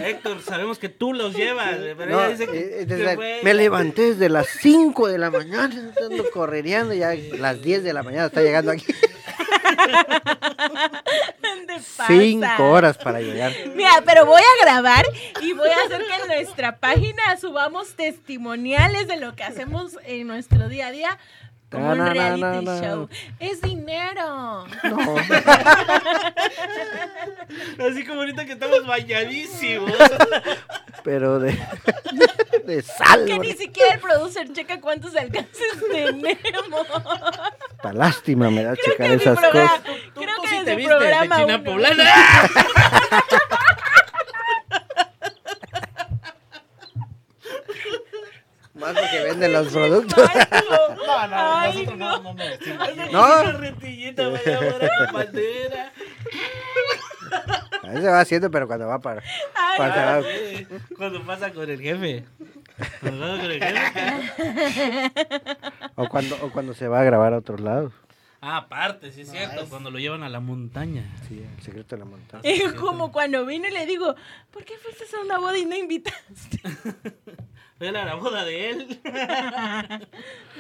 Héctor, sabemos que tú los llevas, pero No, ella dice que, eh, eh, que desde- fue- me levanté desde las 5 de la mañana, estando correreando, ya las 10 de la mañana está llegando aquí. ¿Dónde pasa? 5 horas para llegar. Mira, pero voy a grabar y voy a hacer que en nuestra página subamos testimoniales de lo que hacemos en nuestro día a día como Na, un na, na, reality na, na. show. Es [LAUGHS] dinero. No. [LAUGHS] Así como ahorita que estamos bañadísimos. Pero de... [LAUGHS] de sal, Que güey. ni siquiera el producer checa cuántos alcances [LAUGHS] tenemos. Hasta lástima me da Creo checar que mi esas programa. cosas. Creo que sí desde te el viste de programa China uno. poblana. [LAUGHS] Más lo que venden [LAUGHS] los productos. Exacto. No, no, Ay, nosotros no. no, no nos vestimos. así. No. Carretillita, vaya, para la bandera. A veces va haciendo, pero cuando va para. Ay, para Ah, atrás. sí, Cuando pasa con el jefe. Cuando pasa con el jefe. o, cuando, o cuando se va a grabar a otros lados. Ah, aparte, sí es cierto, cuando lo llevan a la montaña. Sí, el secreto de la montaña. Es [LAUGHS] como cuando vine y le digo, ¿por qué fuiste a una boda y no invitaste? [LAUGHS] Fue la la boda de él.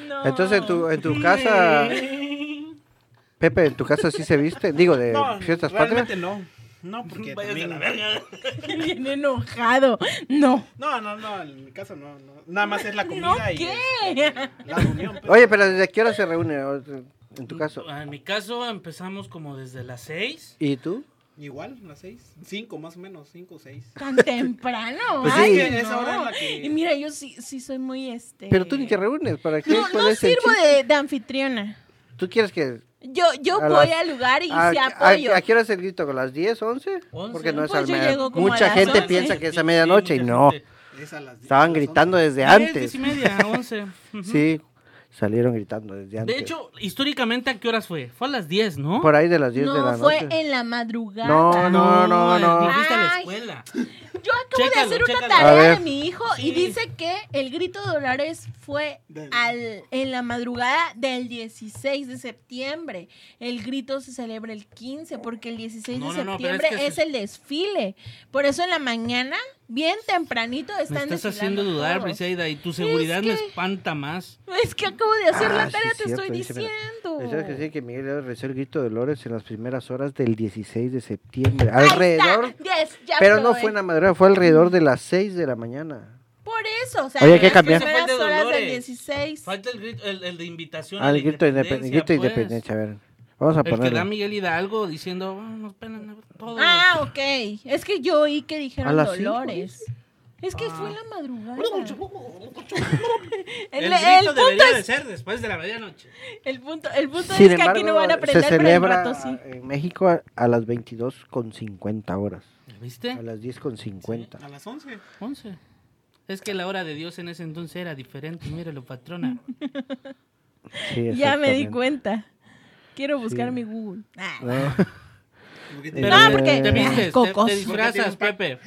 No. Entonces, en tu, en tu casa, Pepe, en tu casa sí se viste. Digo, de No, fiestas patrias. realmente no. No, [LAUGHS] porque Váyase a la también... verga. [LAUGHS] Bien enojado. No. No, no, no, en mi caso no, no. Nada más es la comida ¿No y qué? la reunión. pues. Oye, pero ¿desde qué hora se reúne o- en tu caso? Mm, En mi caso empezamos como desde las 6. ¿Y tú? Igual, las seis, cinco más o menos, cinco, seis. Tan [LAUGHS] temprano. Pues Ay, sí. no. Esa hora es la que- Y mira, yo sí, sí soy muy este. Pero tú ni te reúnes. ¿Para qué? No, ¿Cuál no es el sirvo chiste? de, de anfitriona. ¿Tú quieres que.? Yo, yo A voy las- al lugar y ¿A, se a, apoyo. a qué hora es el grito? ¿Con las 10, 11? Once. Porque no es Pues al yo mediodía. llego como a Mucha las gente once. piensa que es a medianoche y no. Es a las diez, Estaban son- gritando desde antes. y [LAUGHS] media, 11. Sí, salieron gritando desde antes. De hecho, históricamente, ¿a qué horas fue? Fue a las 10, ¿no? por ahí de las 10 de No, la fue noche. en la madrugada. No, no, no, no. Ni eh, fuiste a la Ay. escuela. Yo acabo Chécalo, de hacer una chécalo. A tarea ver. de mi hijo y Sí. dice que el grito de dólares fue Del- al, en la madrugada del 16 de septiembre. El grito se celebra el 15 porque el 16 No, de no, no, pero es septiembre que es, se- el desfile. Por eso en la mañana, bien tempranito, Me están estás desfilando haciendo dudar, todos. Briseida, y tu seguridad me que- espanta más. Es que acabo de hacer Ah, la sí, tarea, te cierto, estoy dice, mira, diciendo. Les tengo que decir que Miguel León realizó el grito de Dolores en las primeras horas del 16 de septiembre. Ahí está, Alrededor. yes, ya Pero no probé. fue en la madrugada, fue alrededor de las 6 de la mañana. Por eso, o sea, Oye, hay en que las cambiar. primeras Ese fue el de horas del Dolores. 16. Falta el, grito, el, el de invitación. a Ah, la el grito de independencia. independencia, Grito de pues. independencia, a ver. Vamos a El que da ponerlo. Miguel Hidalgo diciendo, "Ah, nos pelan a todos. Ah, ok. Es que yo oí que A dijeron las cinco, Dolores. Es que fue en la madrugada. el, El, el grito punto debería de es, ser después de la medianoche. el punto, el punto Sin pues, es que aquí no embargo, van a se aprender celebra rato, sí. en México a, a las 22.50 horas. A ¿Viste? las 10.50. A las once. 11. Es que la hora de Dios en ese entonces era diferente. Míralo, [LAUGHS] patrona. Sí, Ya me di exactamente. cuenta. Quiero buscar Sí. mi Google. Ah. No, Porque Eh, Pero No, te- porque- te Ay, vistes, te- te, cocos. disfrazas, Pepe. El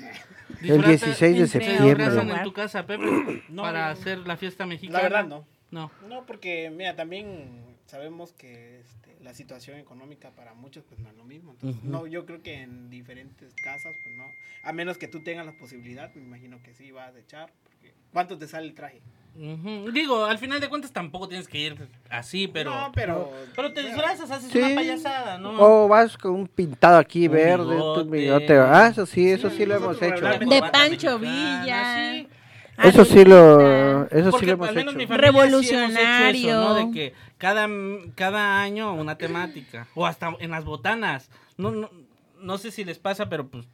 Disfrazas- 16 de Entre Se Siempre. disfrazan septiembre. en tu casa, Pepe, No, para no. hacer la fiesta mexicana. La verdad no. No. No, porque, mira, también sabemos que este, la situación económica para muchos pues no es lo mismo. Entonces, Ujú. no, yo creo que en diferentes casas, pues no. A menos que tú tengas la posibilidad, me imagino que sí vas a echar. Porque, ¿Cuánto te sale el traje? Ujú. Digo, al final de cuentas tampoco tienes que ir así, pero. no, pero... Pero te mira, disfrazas, haces Sí. una payasada, ¿no? O vas con un pintado aquí Un verde, bigote. tu bigote. Ah, eso sí, eso sí, lo hemos nosotros hecho. regularmente- De Corbata Pancho mexicana, Villa. Ah, sí. Eso sí lo, eso sí Porque lo al hemos menos mi familia sí hecho. hemos hecho Revolucionario. eso, ¿no? De que cada, cada año una temática. O hasta en las botanas. No, no, no sé si les pasa, pero pues.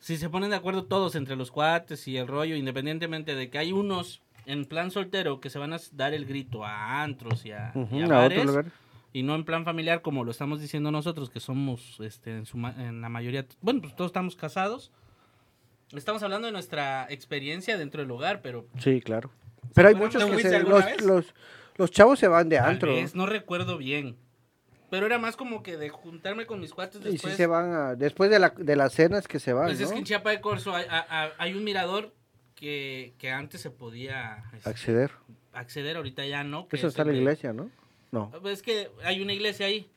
Si se ponen de acuerdo todos entre los cuates y el rollo, independientemente de que hay unos en plan soltero que se van a dar el grito a antros y a, y a Ujú, a otro bares, lugar. y no en plan familiar como lo estamos diciendo nosotros que somos este en, su ma- en la mayoría bueno pues todos estamos casados estamos hablando de nuestra experiencia dentro del hogar pero Sí, claro. Pero hay fueron- muchos ¿Te que fuiste se- alguna los, vez? los, los chavos se van de tal antro. vez, no recuerdo bien pero era más como que de juntarme con mis cuates Y sí después se van a, después de la, de las cenas que se van, pues es ¿no? que en Chiapa de Corzo hay, a- a- hay un mirador que, que antes se podía este, Acceder. acceder ahorita ya no que Eso es está en el la de- iglesia, ¿no? No. es que hay una iglesia ahí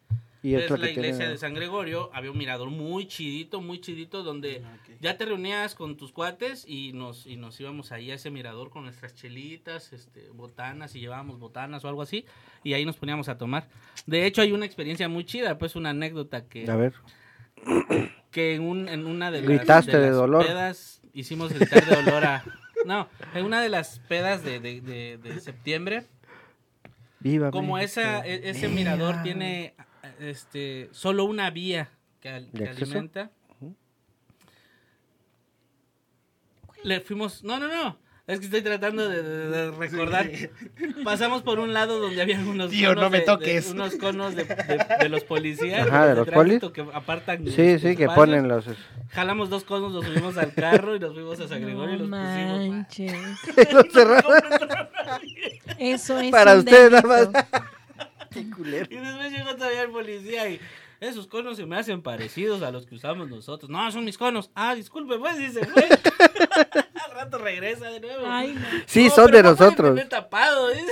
Y es otro la que iglesia tiene... de San Gregorio había un mirador muy chidito muy chidito donde Ah, ok. Ya te reunías con tus cuates y nos, y nos íbamos ahí a ese mirador con nuestras chelitas, este, botanas, y llevábamos botanas o algo así, y ahí nos poníamos a tomar. De hecho, hay una experiencia muy chida, pues una anécdota A que, ver. que en, un- en una de las, Gritaste de las dolor. pedas hicimos gritar de dolor a... No, en una de las pedas de, de- de- de septiembre, Viva como México. esa, e- ese mirador tiene este, solo una vía que, al- ¿De que acceso? alimenta, le fuimos... No, no, no. Es que estoy tratando de, de- de recordar. Pasamos por un lado donde había unos Tío, no me de- de- toques. unos conos de, de- de los policías. Ajá, de los polis. tránsito Que apartan. Sí, los- sí, los que espacios. ponen los... Jalamos dos conos, los subimos al carro y los fuimos a San Gregorio y No los pusimos. [LAUGHS] manches. los cerraron [LAUGHS] Eso es para un ustedes nada delito. más. Qué culero. Y después llegó todavía el policía y esos conos se me hacen parecidos a los que usamos nosotros. No, son mis conos. Ah, disculpe, pues, y se fue. [LAUGHS] Al rato regresa de nuevo. Ay, no. Sí, No, son de pero no pueden nosotros. tener tapado, dice.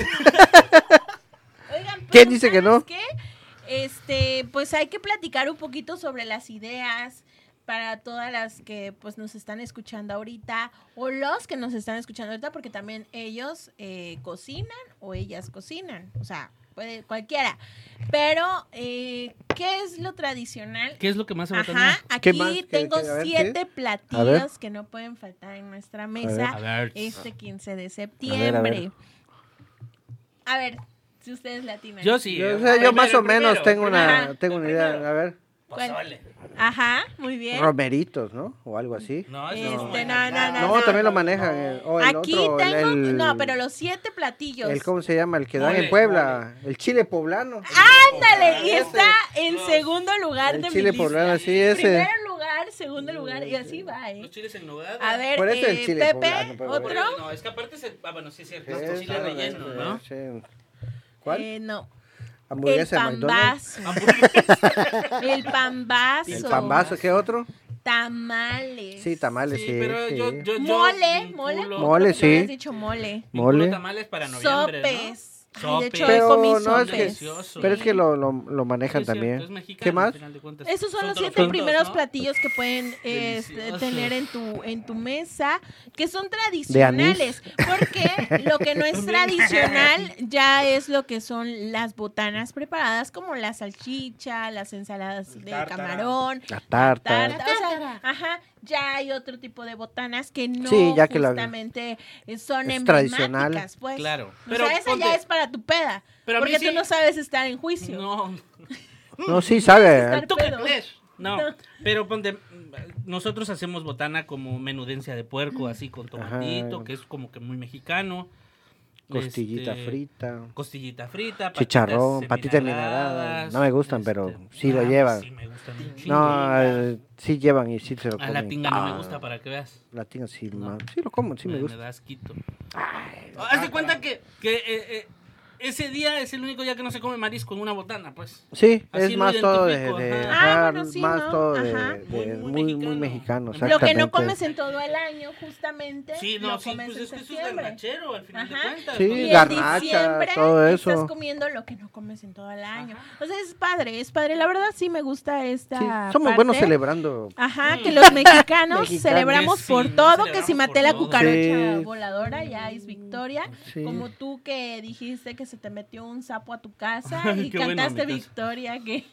Oigan, pero ¿Quién dice que ¿sabes no? qué? Este, pues hay que platicar un poquito sobre las ideas para todas las que pues nos están escuchando ahorita o los que nos están escuchando ahorita porque también ellos eh, cocinan o ellas cocinan, o sea, puede cualquiera. Pero eh, ¿qué es lo tradicional? ¿Qué es lo que más se va a Ajá, ¿Qué aquí más? ¿Qué- tengo qué? A ver, ¿qué? siete A ver. platillos que no pueden faltar en nuestra mesa A ver. este 15 A ver, a de ver. septiembre. A ver, si ustedes la atinan. Yo sí. Yo, eh. o sea, yo Primero, más o primero, pues, menos tengo una, primero, tengo una idea. primero. A ver, ¿Cuál? Pozole. Ajá, muy bien. romeritos, ¿no? O algo así. No, eso Este, no, no, bueno. no, no, No, no. también lo manejan. el- o el Aquí otro, el- tengo, el- no, pero los siete platillos. el, ¿Cómo se llama? El que dan Mole, en Puebla. El chile poblano. Ándale, y Ah, está en los- segundo lugar de el mi chile lista. poblano, sí, ese. Primer lugar, segundo lugar, y así va, Los ¿eh? chiles en nogada. A ver, Por eso el eh, chile Pepe, poblano, pero Por otro. eso, No, es que aparte es el... Ah, bueno, sí es cierto. es Sí, chile sí, relleno, ¿no? sí. ¿Cuál? Eh, no, el Hamburguesa de McDonald's. Ah, pambazo. [LAUGHS] el pambazo. El pambazo, ¿qué otro? Tamales. Sí, tamales, sí. Sí, pero sí. yo, yo, yo Mole, vinculo- mole. porque Mole, creo que tú sí. habías dicho mole. vinculo Mole. tamales para noviembre, ¿no? Sopes. Ay, de hecho, Sopes. he Pero comido no, es sopes. que- Delicioso. Pero es que lo, lo, lo Sí, manejan es cierto, también. es mexicano, ¿Qué al más? final de cuentas. Esos son los todos siete juntos, primeros ¿no? platillos que pueden este, Deliciosos. tener en tu en tu mesa, que son tradicionales, porque [LAUGHS] lo que no es tradicional ya es lo que son las botanas preparadas, como la salchicha, las ensaladas El de tártara. camarón, La tarta. tarta, o sea, ajá, ya hay otro tipo de botanas que no Sí, ya que la- justamente eh, son es tradicional. emblemáticas, pues. Claro. Pero Pero o sea, esa ponte- ya es para tu peda, Pero a mí porque tú sí- no sabes estar en juicio. [LAUGHS] No, No, sí, sabe. estar- ¿Tú qué Pero- crees? No, pero ponte, nosotros hacemos botana como menudencia de puerco, así con tomatito, Ajá. que es como que muy mexicano. eh, Costillita Este, frita. Costillita frita. patitas Chicharrón, patitas seminaladas, mineradas. No me gustan, pero sí ah, lo pues llevan. Sí, me gustan un chingo. No, eh, sí llevan y sí se lo a comen. la tinga no Ah, me gusta para que veas. La tinga sí, No. ma- sí lo como, sí me, me, me gusta. da asquito. Haz de cuenta que, que eh, eh, ese día es el único día que no se come marisco en una botana, pues. Sí, Así es lo más todo de, identifico, de- ajá. Ah, ajá, bueno, sí, más ¿no? todo de, Ajá. de- Muy, muy muy, muy mexicano. mexicano, Lo que exactamente. no comes en todo el año, justamente, Sí, no, lo sí, comes pues en es que eso es septiembre. garnachero, al final Ajá. de cuentas. Sí, o sea, Y en garnacha, diciembre todo estás eso. comiendo lo que no comes en todo el año. O sea, es padre, es padre. La verdad sí me gusta esta. Sí, somos parte. buenos celebrando. Ajá, Mm. que los mexicanos Mexicanos, celebramos sí, por todo, que celebramos si maté por la todo. cucaracha Sí. voladora ya es victoria. Sí. Como tú que dijiste que se te metió un sapo a tu casa Ay, y [LAUGHS] qué bueno, cantaste mi casa. victoria, que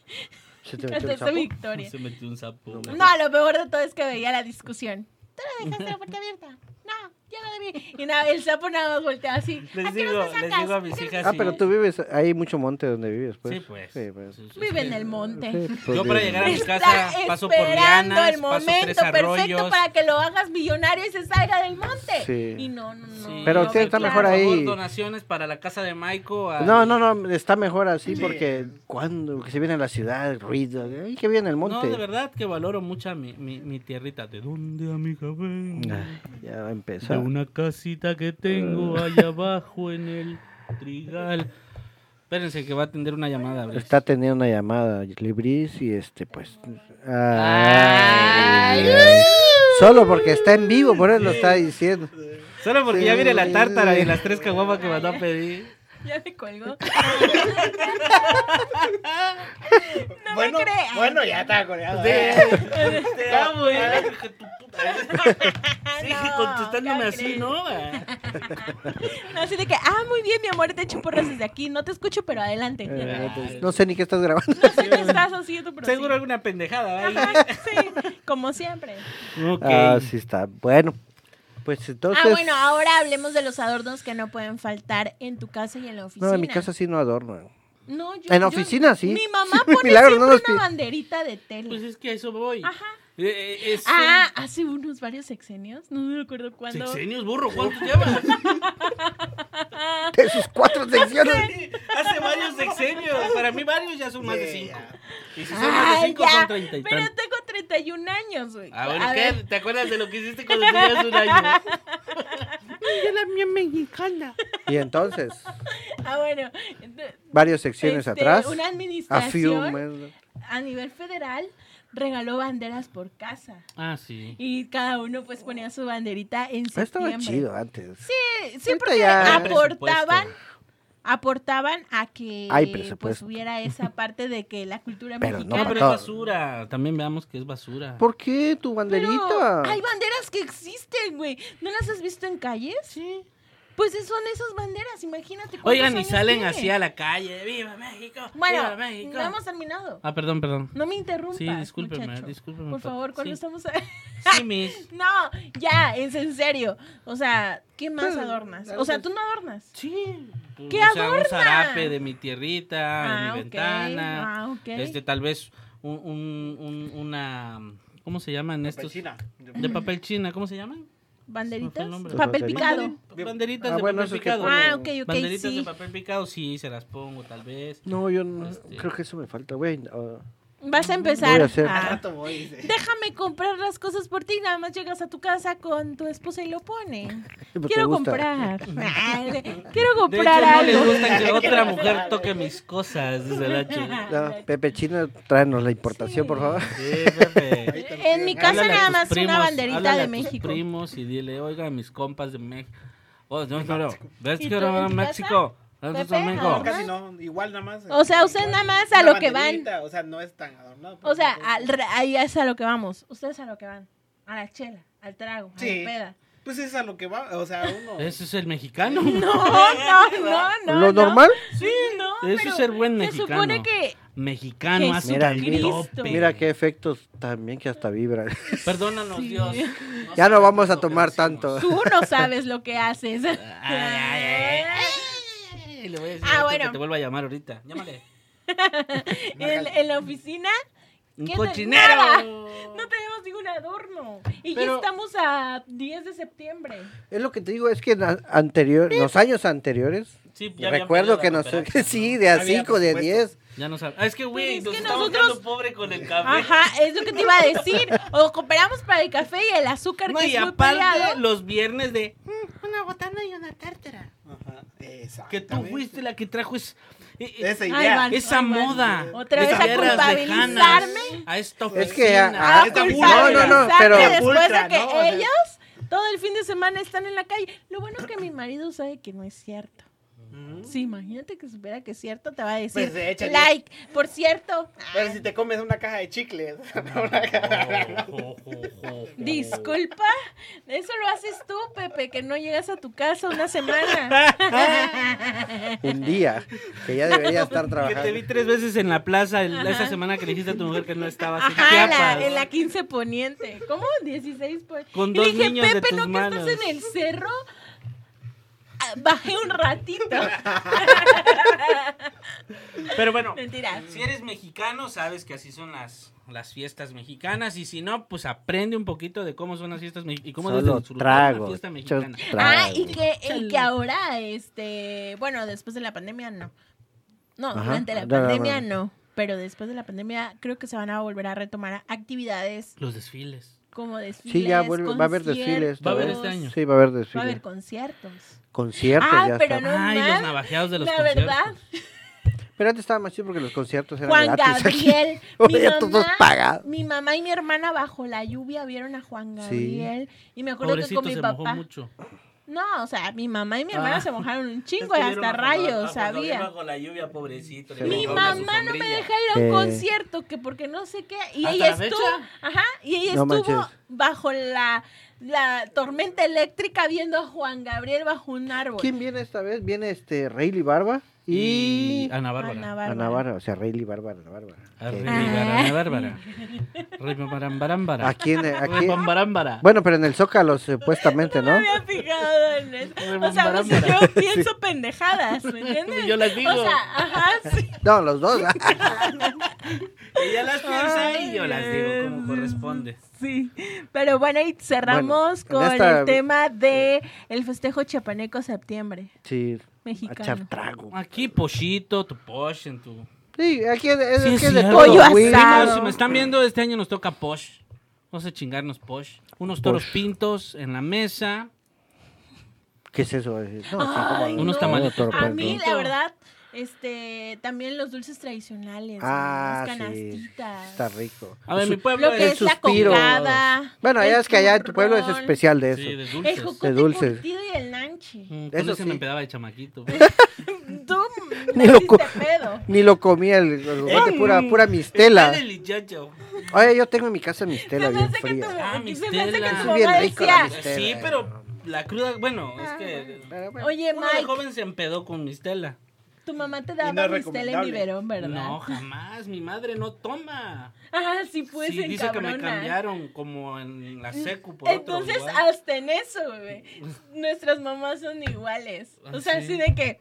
[LAUGHS] ¿Se te metió el cantaste sapo? victoria. Se metió un sapo. No, No, lo peor de todo es que veía la discusión. Tú no dejaste la puerta abierta. No, yo no debí. Y nada, el sapo nada más voltea así. Les ¿A qué digo, nos sacas? les digo a mis hijas. Ah, sí. pero tú vives, hay mucho monte donde vives, pues. Sí, pues. Sí, pues. Sí, sí, Vive sí. en el monte. Sí, pues, Yo para de- llegar a mi casa Está paso por esperando Lianas, el paso tres momento perfecto arroyos. para que lo hagas millonario y se salga del monte. Sí. Y no, no, no. Sí, Pero no, usted sí, está por mejor ahí. favor, donaciones para la casa de Maiko. a- No, no, no, está mejor así porque cuando que se viene a la ciudad, ruido, ay, que viene el monte. No, de verdad que valoro mucho mi, mi, mi tierrita. ¿De dónde, amiga, vengo? Ah, ya va a De empezar. una casita que tengo allá abajo en el trigal. Espérense que va a atender una llamada. Brice. Está teniendo una llamada Libris y este pues Ay. ay, ay. solo porque está en vivo, por eso lo está diciendo. Solo porque Sí, ya viene la sí, tártara sí. y las tres caguamas que mandó a pedir. Ya me colgó. me bueno, creas. bueno, ya está coreado. ¿eh? Te amo, eh. Sigue Ah, No, [LAUGHS] contestándome ¿cómo así, crees? ¿no? Ah, No, así de que, ah, muy bien, mi amor, te echo porras desde aquí. No te escucho, pero adelante. [LAUGHS] Ay. Eh, pues, no sé ni qué estás grabando. No sé qué estás haciendo, pero Seguro sí. alguna pendejada ahí. Ajá, sí, como siempre. Ok. Ah, sí está. Bueno, pues entonces ah, bueno, ahora hablemos de los adornos que no pueden faltar en tu casa y en la oficina. No, en mi casa sí no adorno. No, yo- En la yo- oficina sí. Mi mamá Mi pone [LAUGHS] milagro, siempre no nos una pi- banderita de tela. Pues es que a eso voy. Ajá. Eh, eh, es- Ah, hace unos varios sexenios, no me acuerdo cuándo. Sexenios, burro, ¿cuántos [LAUGHS] llevas? De sus cuatro [LAUGHS] secciones. Hace varios sexenios. Para mí varios ya son más de Sí, cinco. ya. Y si son más de Ay, cinco, Ah, ya. son treinta y Pero tantos. tengo 31 años, güey. Ah, bueno, A ¿qué? ver, ¿Te acuerdas de lo que hiciste cuando tenías un año? [LAUGHS] Y entonces, ah, bueno. ent- varias secciones este, atrás. Una A few administración men- a nivel federal regaló banderas por casa. Ah, sí. Y cada uno pues ponía su banderita en Ah, Estaba septiembre. chido antes. Sí, sí, Ahorita porque ya- aportaban, aportaban a que Hay pues presupuesto. hubiera esa parte de que la cultura Pero No, no mexicana. Ah, pero es todo. basura. También veamos que es basura. ¿Por qué tu Pero banderita? hay banderas que existen, güey. ¿No las has visto en calles? Sí. Pues son esas banderas, imagínate. cuántos Oigan, y años salen tiene. así a la calle. ¡Viva México! ¡Viva Bueno, México! no hemos terminado. Ah, perdón, perdón. No me interrumpas, Sí, discúlpeme, muchacho. discúlpeme, Por Pati. favor, cuando Sí. estamos... Sí, mis. [LAUGHS] no, ya, es en serio. O sea, ¿qué más adornas? O sea, tú no adornas. Sí. ¿Qué o sea, adorna? Pues, un zarape de mi tierrita, en mi Ah, ok, ventana. Ah, ok. Este, tal vez un, un- un- una... ¿Cómo se llaman Papel estos? China. De papel china, ¿cómo se llaman? ¿Banderitas? el nombre. Papel Los picado. Banderin- Banderitas Ah, de bueno, papel esos que picado. ponen- Ah, ok, ok, Banderitas sí. de papel picado, sí, se las pongo tal vez. No, yo no, Este- creo que eso me falta, güey. Ah, Vas a Voy empezar. a hacer- a- Al rato voy, dice. Déjame comprar las cosas por ti, nada más llegas a tu casa con tu esposa y lo pone. pero [LAUGHS] te Quiero gusta. [LAUGHS] comprar. Ay, Quiero De comprar hecho, no les algo. gusta que otra mujer toque mis cosas, dice Lacho. No, Pepe China, tráenos la importación, por favor. Sí, Pepe. En mi casa Háblale a nada tus más primos, una banderita háblale a de tus México. primos y dile, oiga, mis compas de México. Oh, no, no, no. ¿Ves ¿Y que tú en no, tu México? Nosotros Pepe? somos Ah, No, México. casi no, igual nada más. O sea, ustedes igual. nada más a Una lo que van. banderita, O sea, no es tan adornado. pero O sea, tampoco- al re- ahí es a lo que vamos. Ustedes a lo que van. A la chela, al trago, Sí. a la peda. Pues es a lo que va, o sea, uno... Eso es el mexicano. [LAUGHS] No, no, no, no. ¿Lo no. normal? Sí, no. Eso es pero ser buen Se mexicano. supone que Mexicano, hace Mira, un mira, tope. Mira qué efectos también que hasta vibra. [LAUGHS] Perdónanos, Sí. Dios. Ya no sabemos vamos a lo que tomar decimos. tanto. tú no sabes lo que haces. Ay, ay, ay, ay. Le voy a decir Ah, a Beto bueno. que te vuelva a llamar ahorita. Llámale. En, en la oficina Un ¿Qué te- nada? cochinero. no tenemos ningún adorno. Y Pero- ya estamos a 10 de septiembre. Es lo que te digo, es que en a- anterior, los años anteriores, Sí, ya habían recuerdo perdido que la nos... cooperacha, [LAUGHS] Sí, ¿no? de a Había 5, de presupuesto. 10. Ya no sabe. Ah, es que, güey, es nos que estamos nosotros- quedando pobre con el café. Ajá, es lo que te iba a decir. O cooperamos para el café y el azúcar No, que y es muy aparte, peleado. los viernes de Una botana y una tártara. Ajá, exactamente. que tú fuiste la que trajo es, eh, eh, Esa Ay, idea. van. esa Ay, bueno. moda. Otra de vez a tierras lejanas culpabilizarme. A esta oficina. Es que a- A Ah, esta culpabilizarme oficina. No, no, no, pero- pues, después Ultra, de que ¿no? O sea- ellos todo el fin de semana están en la calle. Lo bueno que mi marido sabe que no es cierto. Ujú. Sí, imagínate que supiera que es cierto, te va a decir Pues, échale. like. Por cierto, Pero si te comes una caja de chicles. [LAUGHS] Jo, jo, jo, jo. Disculpa, eso lo haces tú, Pepe, que no llegas a tu casa una semana. Un día, que ya debería estar [LAUGHS] [LAUGHS] Que te vi trabajando. tres veces en la plaza el- Ajá. esa semana que le dijiste a tu mujer que no estabas en Ajá, en Chiapas. la, en la 15 Poniente. ¿Cómo? 16 Poniente. Con Y dos le dije, niños de Pepe, tus ¿no manos". que estás en el cerro? Ah, Bajé [LAUGHS] un ratito. Pero bueno, Mentira. si eres mexicano, sabes que así son las, las fiestas mexicanas. Y si no, pues aprende un poquito de cómo son las fiestas mexicanas y cómo debes de Solo disfrutar una trago. fiesta muchos mexicana. Ah, tragos. y que, y que ahora, este, bueno, después de la pandemia no. No, Ajá. durante la No, no, no. pandemia no. Pero después de la pandemia creo que se van a volver a retomar actividades Los desfiles. como desfiles. Sí, ya vuelve, va a haber desfiles. conciertos. Va a haber ¿no? este año. Sí, va a haber Va a haber desfiles. conciertos. Conciertos Ah, ya pero está. No Ay, los mames, navajeados de los La conciertos. verdad, Pero antes estaba más chido porque los conciertos eran Juan gratis [LAUGHS] aquí. Gabriel. mi, Ahora ya todos mamá, pagados. mi mamá y mi hermana bajo la lluvia vieron a Juan Sí. Gabriel. Y me acuerdo Pobrecito, que con mi se papá. mojó mucho. No, o sea, mi mamá y mi hermana Ah. se [LAUGHS] mojaron un chingo y Estuvieron hasta bajo- rayos, bajo la- sabía. bajo la lluvia, pobrecito. le Se Mi mojaron mojaron su mamá no me sombrilla. deja ir a un Eh. concierto, que porque no sé qué. Y ¿Hasta ella la fecha? estuvo, ajá, y ella No estuvo manches. bajo la, la tormenta eléctrica viendo a Juan Gabriel bajo un árbol. ¿Quién viene esta vez? Viene este Rayleigh Barba y y, Y- Ana Bárbara. Ana Bárbara. Ana Bárbara, o sea, Rayleigh Bárbara, Ana Bárbara. Ah, Que- Rey Bárbara, Ana Bárbara. Rey Bambarambarambara. Aquí en- Rey aquí, Bambarambara. bueno, pero en el Zócalo supuestamente, [LAUGHS] No ¿no? me había fijado [LAUGHS] en eso. Era O sea, a veces bárbara. [LAUGHS] yo pienso pendejadas, ¿me entiendes? Y yo las digo. O sea, ajá, sí. No, los dos. ah. [LAUGHS] Ella las piensa y yo las digo como Ay, corresponde. [LAUGHS] Sí, pero bueno, y cerramos Bueno, con en esta- el tema de el festejo chapaneco septiembre Sí, a echar mexicano. trago. Aquí pochito, tu posh en tu... Sí, aquí es, es- Sí, es es que es de cierto. todo. Pollo güey. asado. Primos, si me están viendo, este año nos toca posh. Vamos a chingarnos posh. Unos toros Posh. pintos en la mesa. ¿Qué es eso? No, sí, como- Ay, Unos no, tamales. Toro A Pedro. mí, la verdad, este, también los dulces tradicionales, ¿no? Ah, las sí. canastitas. Está rico. A ver, mi pueblo Lo que El es la suspiro. cocada. Bueno, ya el es que allá en tu pueblo es turrón, especial de eso. Sí, de El dulces. jocote dulces. curtido y el nanche. Mm, Con Eso eso me sí. empedaba de chamaquito. Mm. [LAUGHS] [LAUGHS] Tú me Ni lo hiciste cu- pedo. Ni lo comía el, el juguete, Mm. pura, pura mistela. Dale, lichacho. Oye, yo tengo en mi casa mistela Se me bien hace que tu, fría. Ah, se me hace que mistela. tu Es mamá bien rico la decía, Ah, mistela. Mistela, Sí, eh, pero la cruda, bueno, es que Pero bueno. oye, uno de Mike, joven se empedó con mistela. tu mamá te Y no daba es mistela en recomendable. biberón, ¿verdad? No, jamás, mi madre no toma. Ah, sí, pues, sí, en dice que me cabrona. cambiaron como en la secu por Entonces, ah, otro. lugar. hasta en eso, bebé. Nuestras mamás son iguales. Ah, O sea, sí. así de que.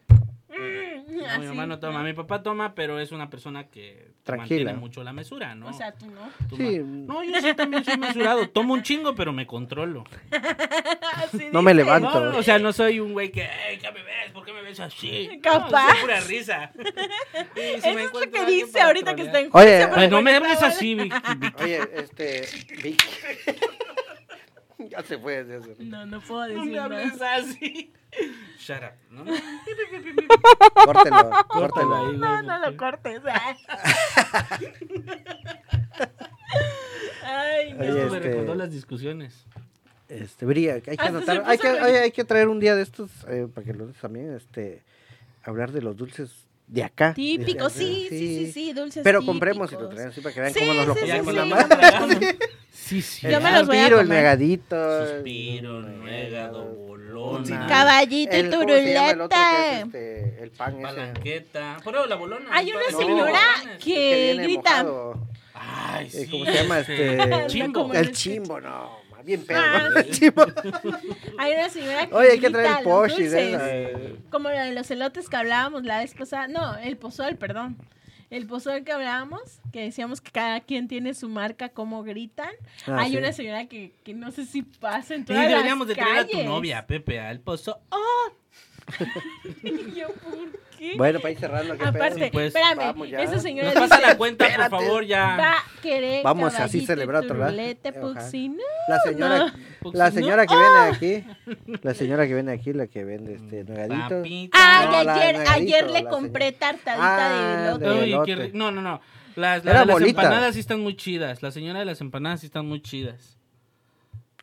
mm, No, mi mamá no toma, mi papá toma, pero es una persona que Tranquila. mantiene mucho la mesura, ¿no? O sea, tú no. [LAUGHS] Tú Sí. ma- No, yo sí también soy mesurado, tomo un chingo, pero me controlo. Así No me dice. levanto. No, o sea, no soy un güey que, "Ey, ¿qué me ves? ¿Por qué me ves así? No, Eh, Capaz. es pura [LAUGHS] risa. Y si Eso me es lo encuentro que a alguien dice para ahorita que trolear- está en Oye, juicio, Ay, pero no me bueno, hables ahora- así, Vicky, Vicky. Oye, este. Vic. [LAUGHS] ya se fue desde hace rato. [LAUGHS] No, no puedo No decir me hables nada. así. Shut up, ¿no? [LAUGHS] Córtelo, córtelo. ahí, güey, No, no lo porque- [LAUGHS] cortes. ah. Ay, no. Oye, Esto me este- recordó las discusiones. Este, Bría, hay que Hasta se anotar, puso hay que, rojo. oye, hay que traer un día de estos eh, para que los también, este, hablar de los dulces de acá. Desde Típico, acá, sí, sí, sí, sí, dulces. Pero compremos y lo típicos. traemos, sí, para que vean Sí, cómo nos lo sí, sí, comemos sí. la Sí, madre. [LAUGHS] Sí, sí. El Yo me los voy a suspiro, el comer. negadito. el- Suspiro, nuegado, bolona, Una- Caballito el- ¿cómo se llama el otro que turuleta. es, este, el pan ese? palanqueta. Pero la bolona. Hay una No, señora bolones. que, viene grita. mojado. Ay, Eh, sí. ¿Cómo se llama [LAUGHS] este? Chimbo. Como El el- chimbo, no, más bien pedo. Ah. [LAUGHS] El chimbo. Hay una señora que Oye, hay que grita traer el los posh y de dulces, esa. Como la de los elotes que hablábamos la vez pasada. No, el pozol, perdón. El pozol que hablábamos, que decíamos que cada quien tiene su marca, cómo gritan. Ah, Hay sí. una señora que, que no sé si pasa en Sí, todas deberíamos de las traer a tu calles. novia, Pepe, al pozo. Oh, [LAUGHS] Y yo, ¿por qué? Bueno, para ir cerrando. ¿qué pedo? Aparte, Sí, pues, espérame, vamos ya. esa señora Nos pasa dice, la cuenta, por espérate. favor, ya. va a querer Vamos así caballito, celebrar otro lado. turulete, Ajá. puxina". La señora, Pues No. la señora que Ah. viene aquí, la señora que viene aquí, la que vende este nugadito. Papita. Ay, la de ayer, negadito, ayer la le compré Ah, tartadita de Ay, elote. de- qué elote. rico. No, no, no. Las, Era las, las bolita. empanadas sí están muy chidas. La señora de las empanadas sí están muy chidas.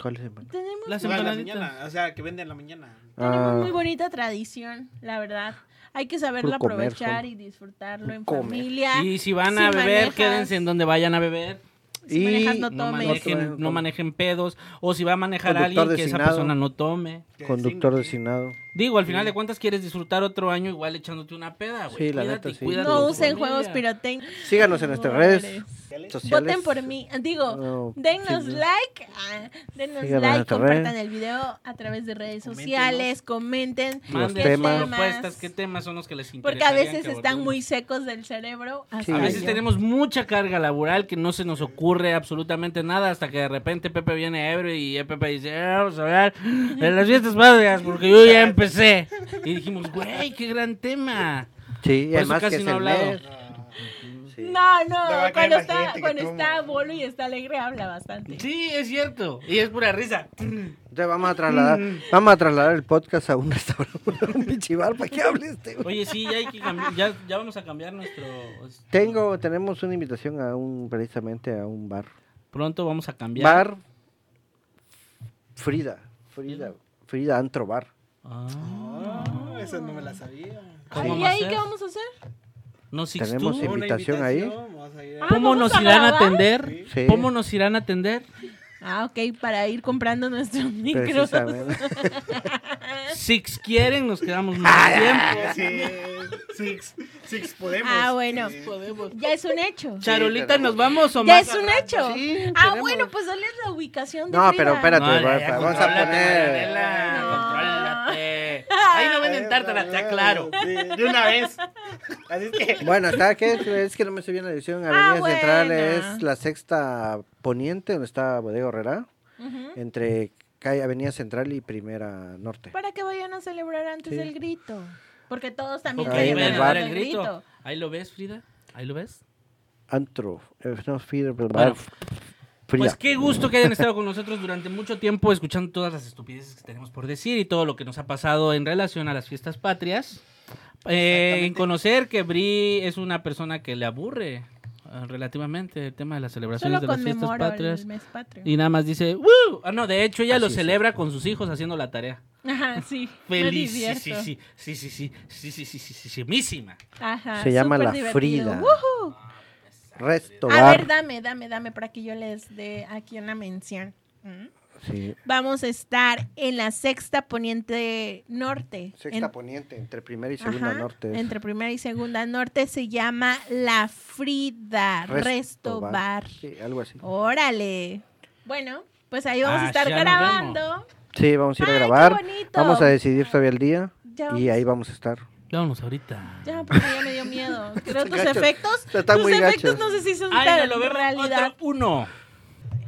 ¿Cuál es el man- Tenemos Las No, en la empanaditas. mañana, o sea, que venden en la mañana. Tenemos Ah, muy bonita tradición, la verdad. Hay que saberlo Por comer, aprovechar solo. y disfrutarlo en comer. familia. Y si van si a beber, manejas. quédense en donde vayan a beber. si manejas, no No tomes. tomen, manejen, no tomen. manejen pedos. O si va a manejar a Conductor alguien, que esa designado. persona no tome. Que conductor sí, designado. Digo, al final de cuentas quieres disfrutar otro año igual echándote una peda, güey. Sí, la Cuídate neta, y sí. cuida a no tu usen familia. juegos pirotécnicos. Síganos en nuestras redes ¿sale? sociales. Voten por mí. Digo, No, denos sí, no. like. ah, denos Síganos en like, nuestras compartan redes. el video a través de redes Coméntenos. sociales, comenten. Manden Los sus temas. propuestas, qué temas son los que les interesan. Porque a veces están muy secos del cerebro. así A Sí. veces Ah, yo. tenemos mucha carga laboral que no se nos ocurre absolutamente nada hasta que de repente Pepe viene ebrio y Pepe dice, "Eh, vamos a [LAUGHS] hablar de las fiestas patrias porque yo ya empecé. Y dijimos, güey, qué gran tema. Sí, y Por eso además que casi es no he el hablado. mes. Ah, Sí. No, Le va no, a caer cuando más está, gente que cuando tú. está bolo y está alegre habla bastante. Sí, es cierto. Y es pura risa. [LAUGHS] Entonces vamos a trasladar, Mm. vamos a trasladar el podcast a un restaurante, [LAUGHS] a un pichibar para que hable este. güey. Oye, sí, ya, hay que cambiar- ya, ya vamos a cambiar nuestro... Tengo, tenemos una invitación a un, precisamente a un bar. Pronto vamos a cambiar. Bar Frida, Frida, Frida Antro Bar. Ah. no, Eso no me la sabía. ¿Cómo ¿Y vamos a ahí hacer? qué vamos a hacer? No, six Tenemos tú. invitación Una ahí. vamos a ir a- Ah, ¿Cómo ¿vamos nos a irán a grabar? atender? Sí. ¿Cómo nos irán a atender? Ah, ok, para ir comprando nuestros micros. [LAUGHS] Precisamente. Six quieren, nos quedamos Ah, más tiempo. [LAUGHS] Sí, six, six podemos. Ah, bueno. Sí. Ya es un hecho. Charolita, ¿nos vamos o Ya más? es un [LAUGHS] hecho. Sí, ah, tenemos. bueno, pues dale la ubicación de No, pero Frida. espérate, No, ya, va- ya, va- vamos a contrólate, poner. Marianela, No. contrólate. Ahí no venden tártara, te aclaro. Sí, de una vez. Así es pues. que. Bueno, está que es que no me sé bien la edición. Ah, Avenida Central buena. es la sexta poniente donde está Bodega Herrera, Ujú. entre calle Avenida Central y Primera Norte. Para que vayan a celebrar antes Sí. del grito. Porque todos también Ok, Ahí en quieren ven a el dar celebrar bar. el grito. Ahí lo ves, Frida. Ahí lo ves. Antro. eh, No, Frida, bla, bla, Bueno, Frida. Pues qué gusto que hayan estado con nosotros durante mucho tiempo escuchando todas las estupideces que tenemos por decir y todo lo que nos ha pasado en relación a las fiestas patrias. Eh, en Exactamente. conocer que Bri es una persona que le aburre eh, relativamente el tema de las celebraciones de Solo las fiestas conmemoro patrias. el mes patrio. Y nada más dice, "Woo". Ah, no, de hecho ella lo Así es. celebra con sus hijos haciendo la tarea. Ajá, sí. me Feliz. Sí, sí, divierto. sí, sí, sí, sí, sí, sí, sí, sí, sí, sí, mísima. Ajá, Se llama súper La divertido. Frida. Ujú. Resto A Bar. ver, dame, dame, dame para que yo les dé aquí una mención. ¿Mm? Sí. Vamos a estar en la sexta poniente norte. Sexta En- poniente, entre Primera y Segunda Ajá, Norte. es. Entre primera y segunda norte se llama La Frida Resto Resto Bar. Bar. Sí, algo así. Oh. Órale. Bueno, pues ahí vamos a Ah, estar ya nos grabando. Sí, vamos a ir a Ay, qué grabar. bonito. Vamos a decidir todavía el día Ya y vamos- ahí vamos a estar. Vámonos ahorita. Ya, porque ya me [LAUGHS] dio miedo. Creo tus gachos. efectos, Están tus muy efectos gachos. no sé si son Ahí tan lo vemos realidad. otro uno.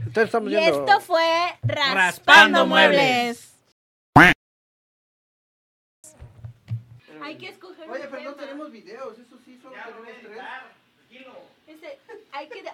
Entonces estamos Y yendo- esto fue Raspando, Raspando Muebles. Muebles. Hay que escoger Oye, un pero no tema. tenemos videos, eso sí, solo tenemos tres. Este, hay que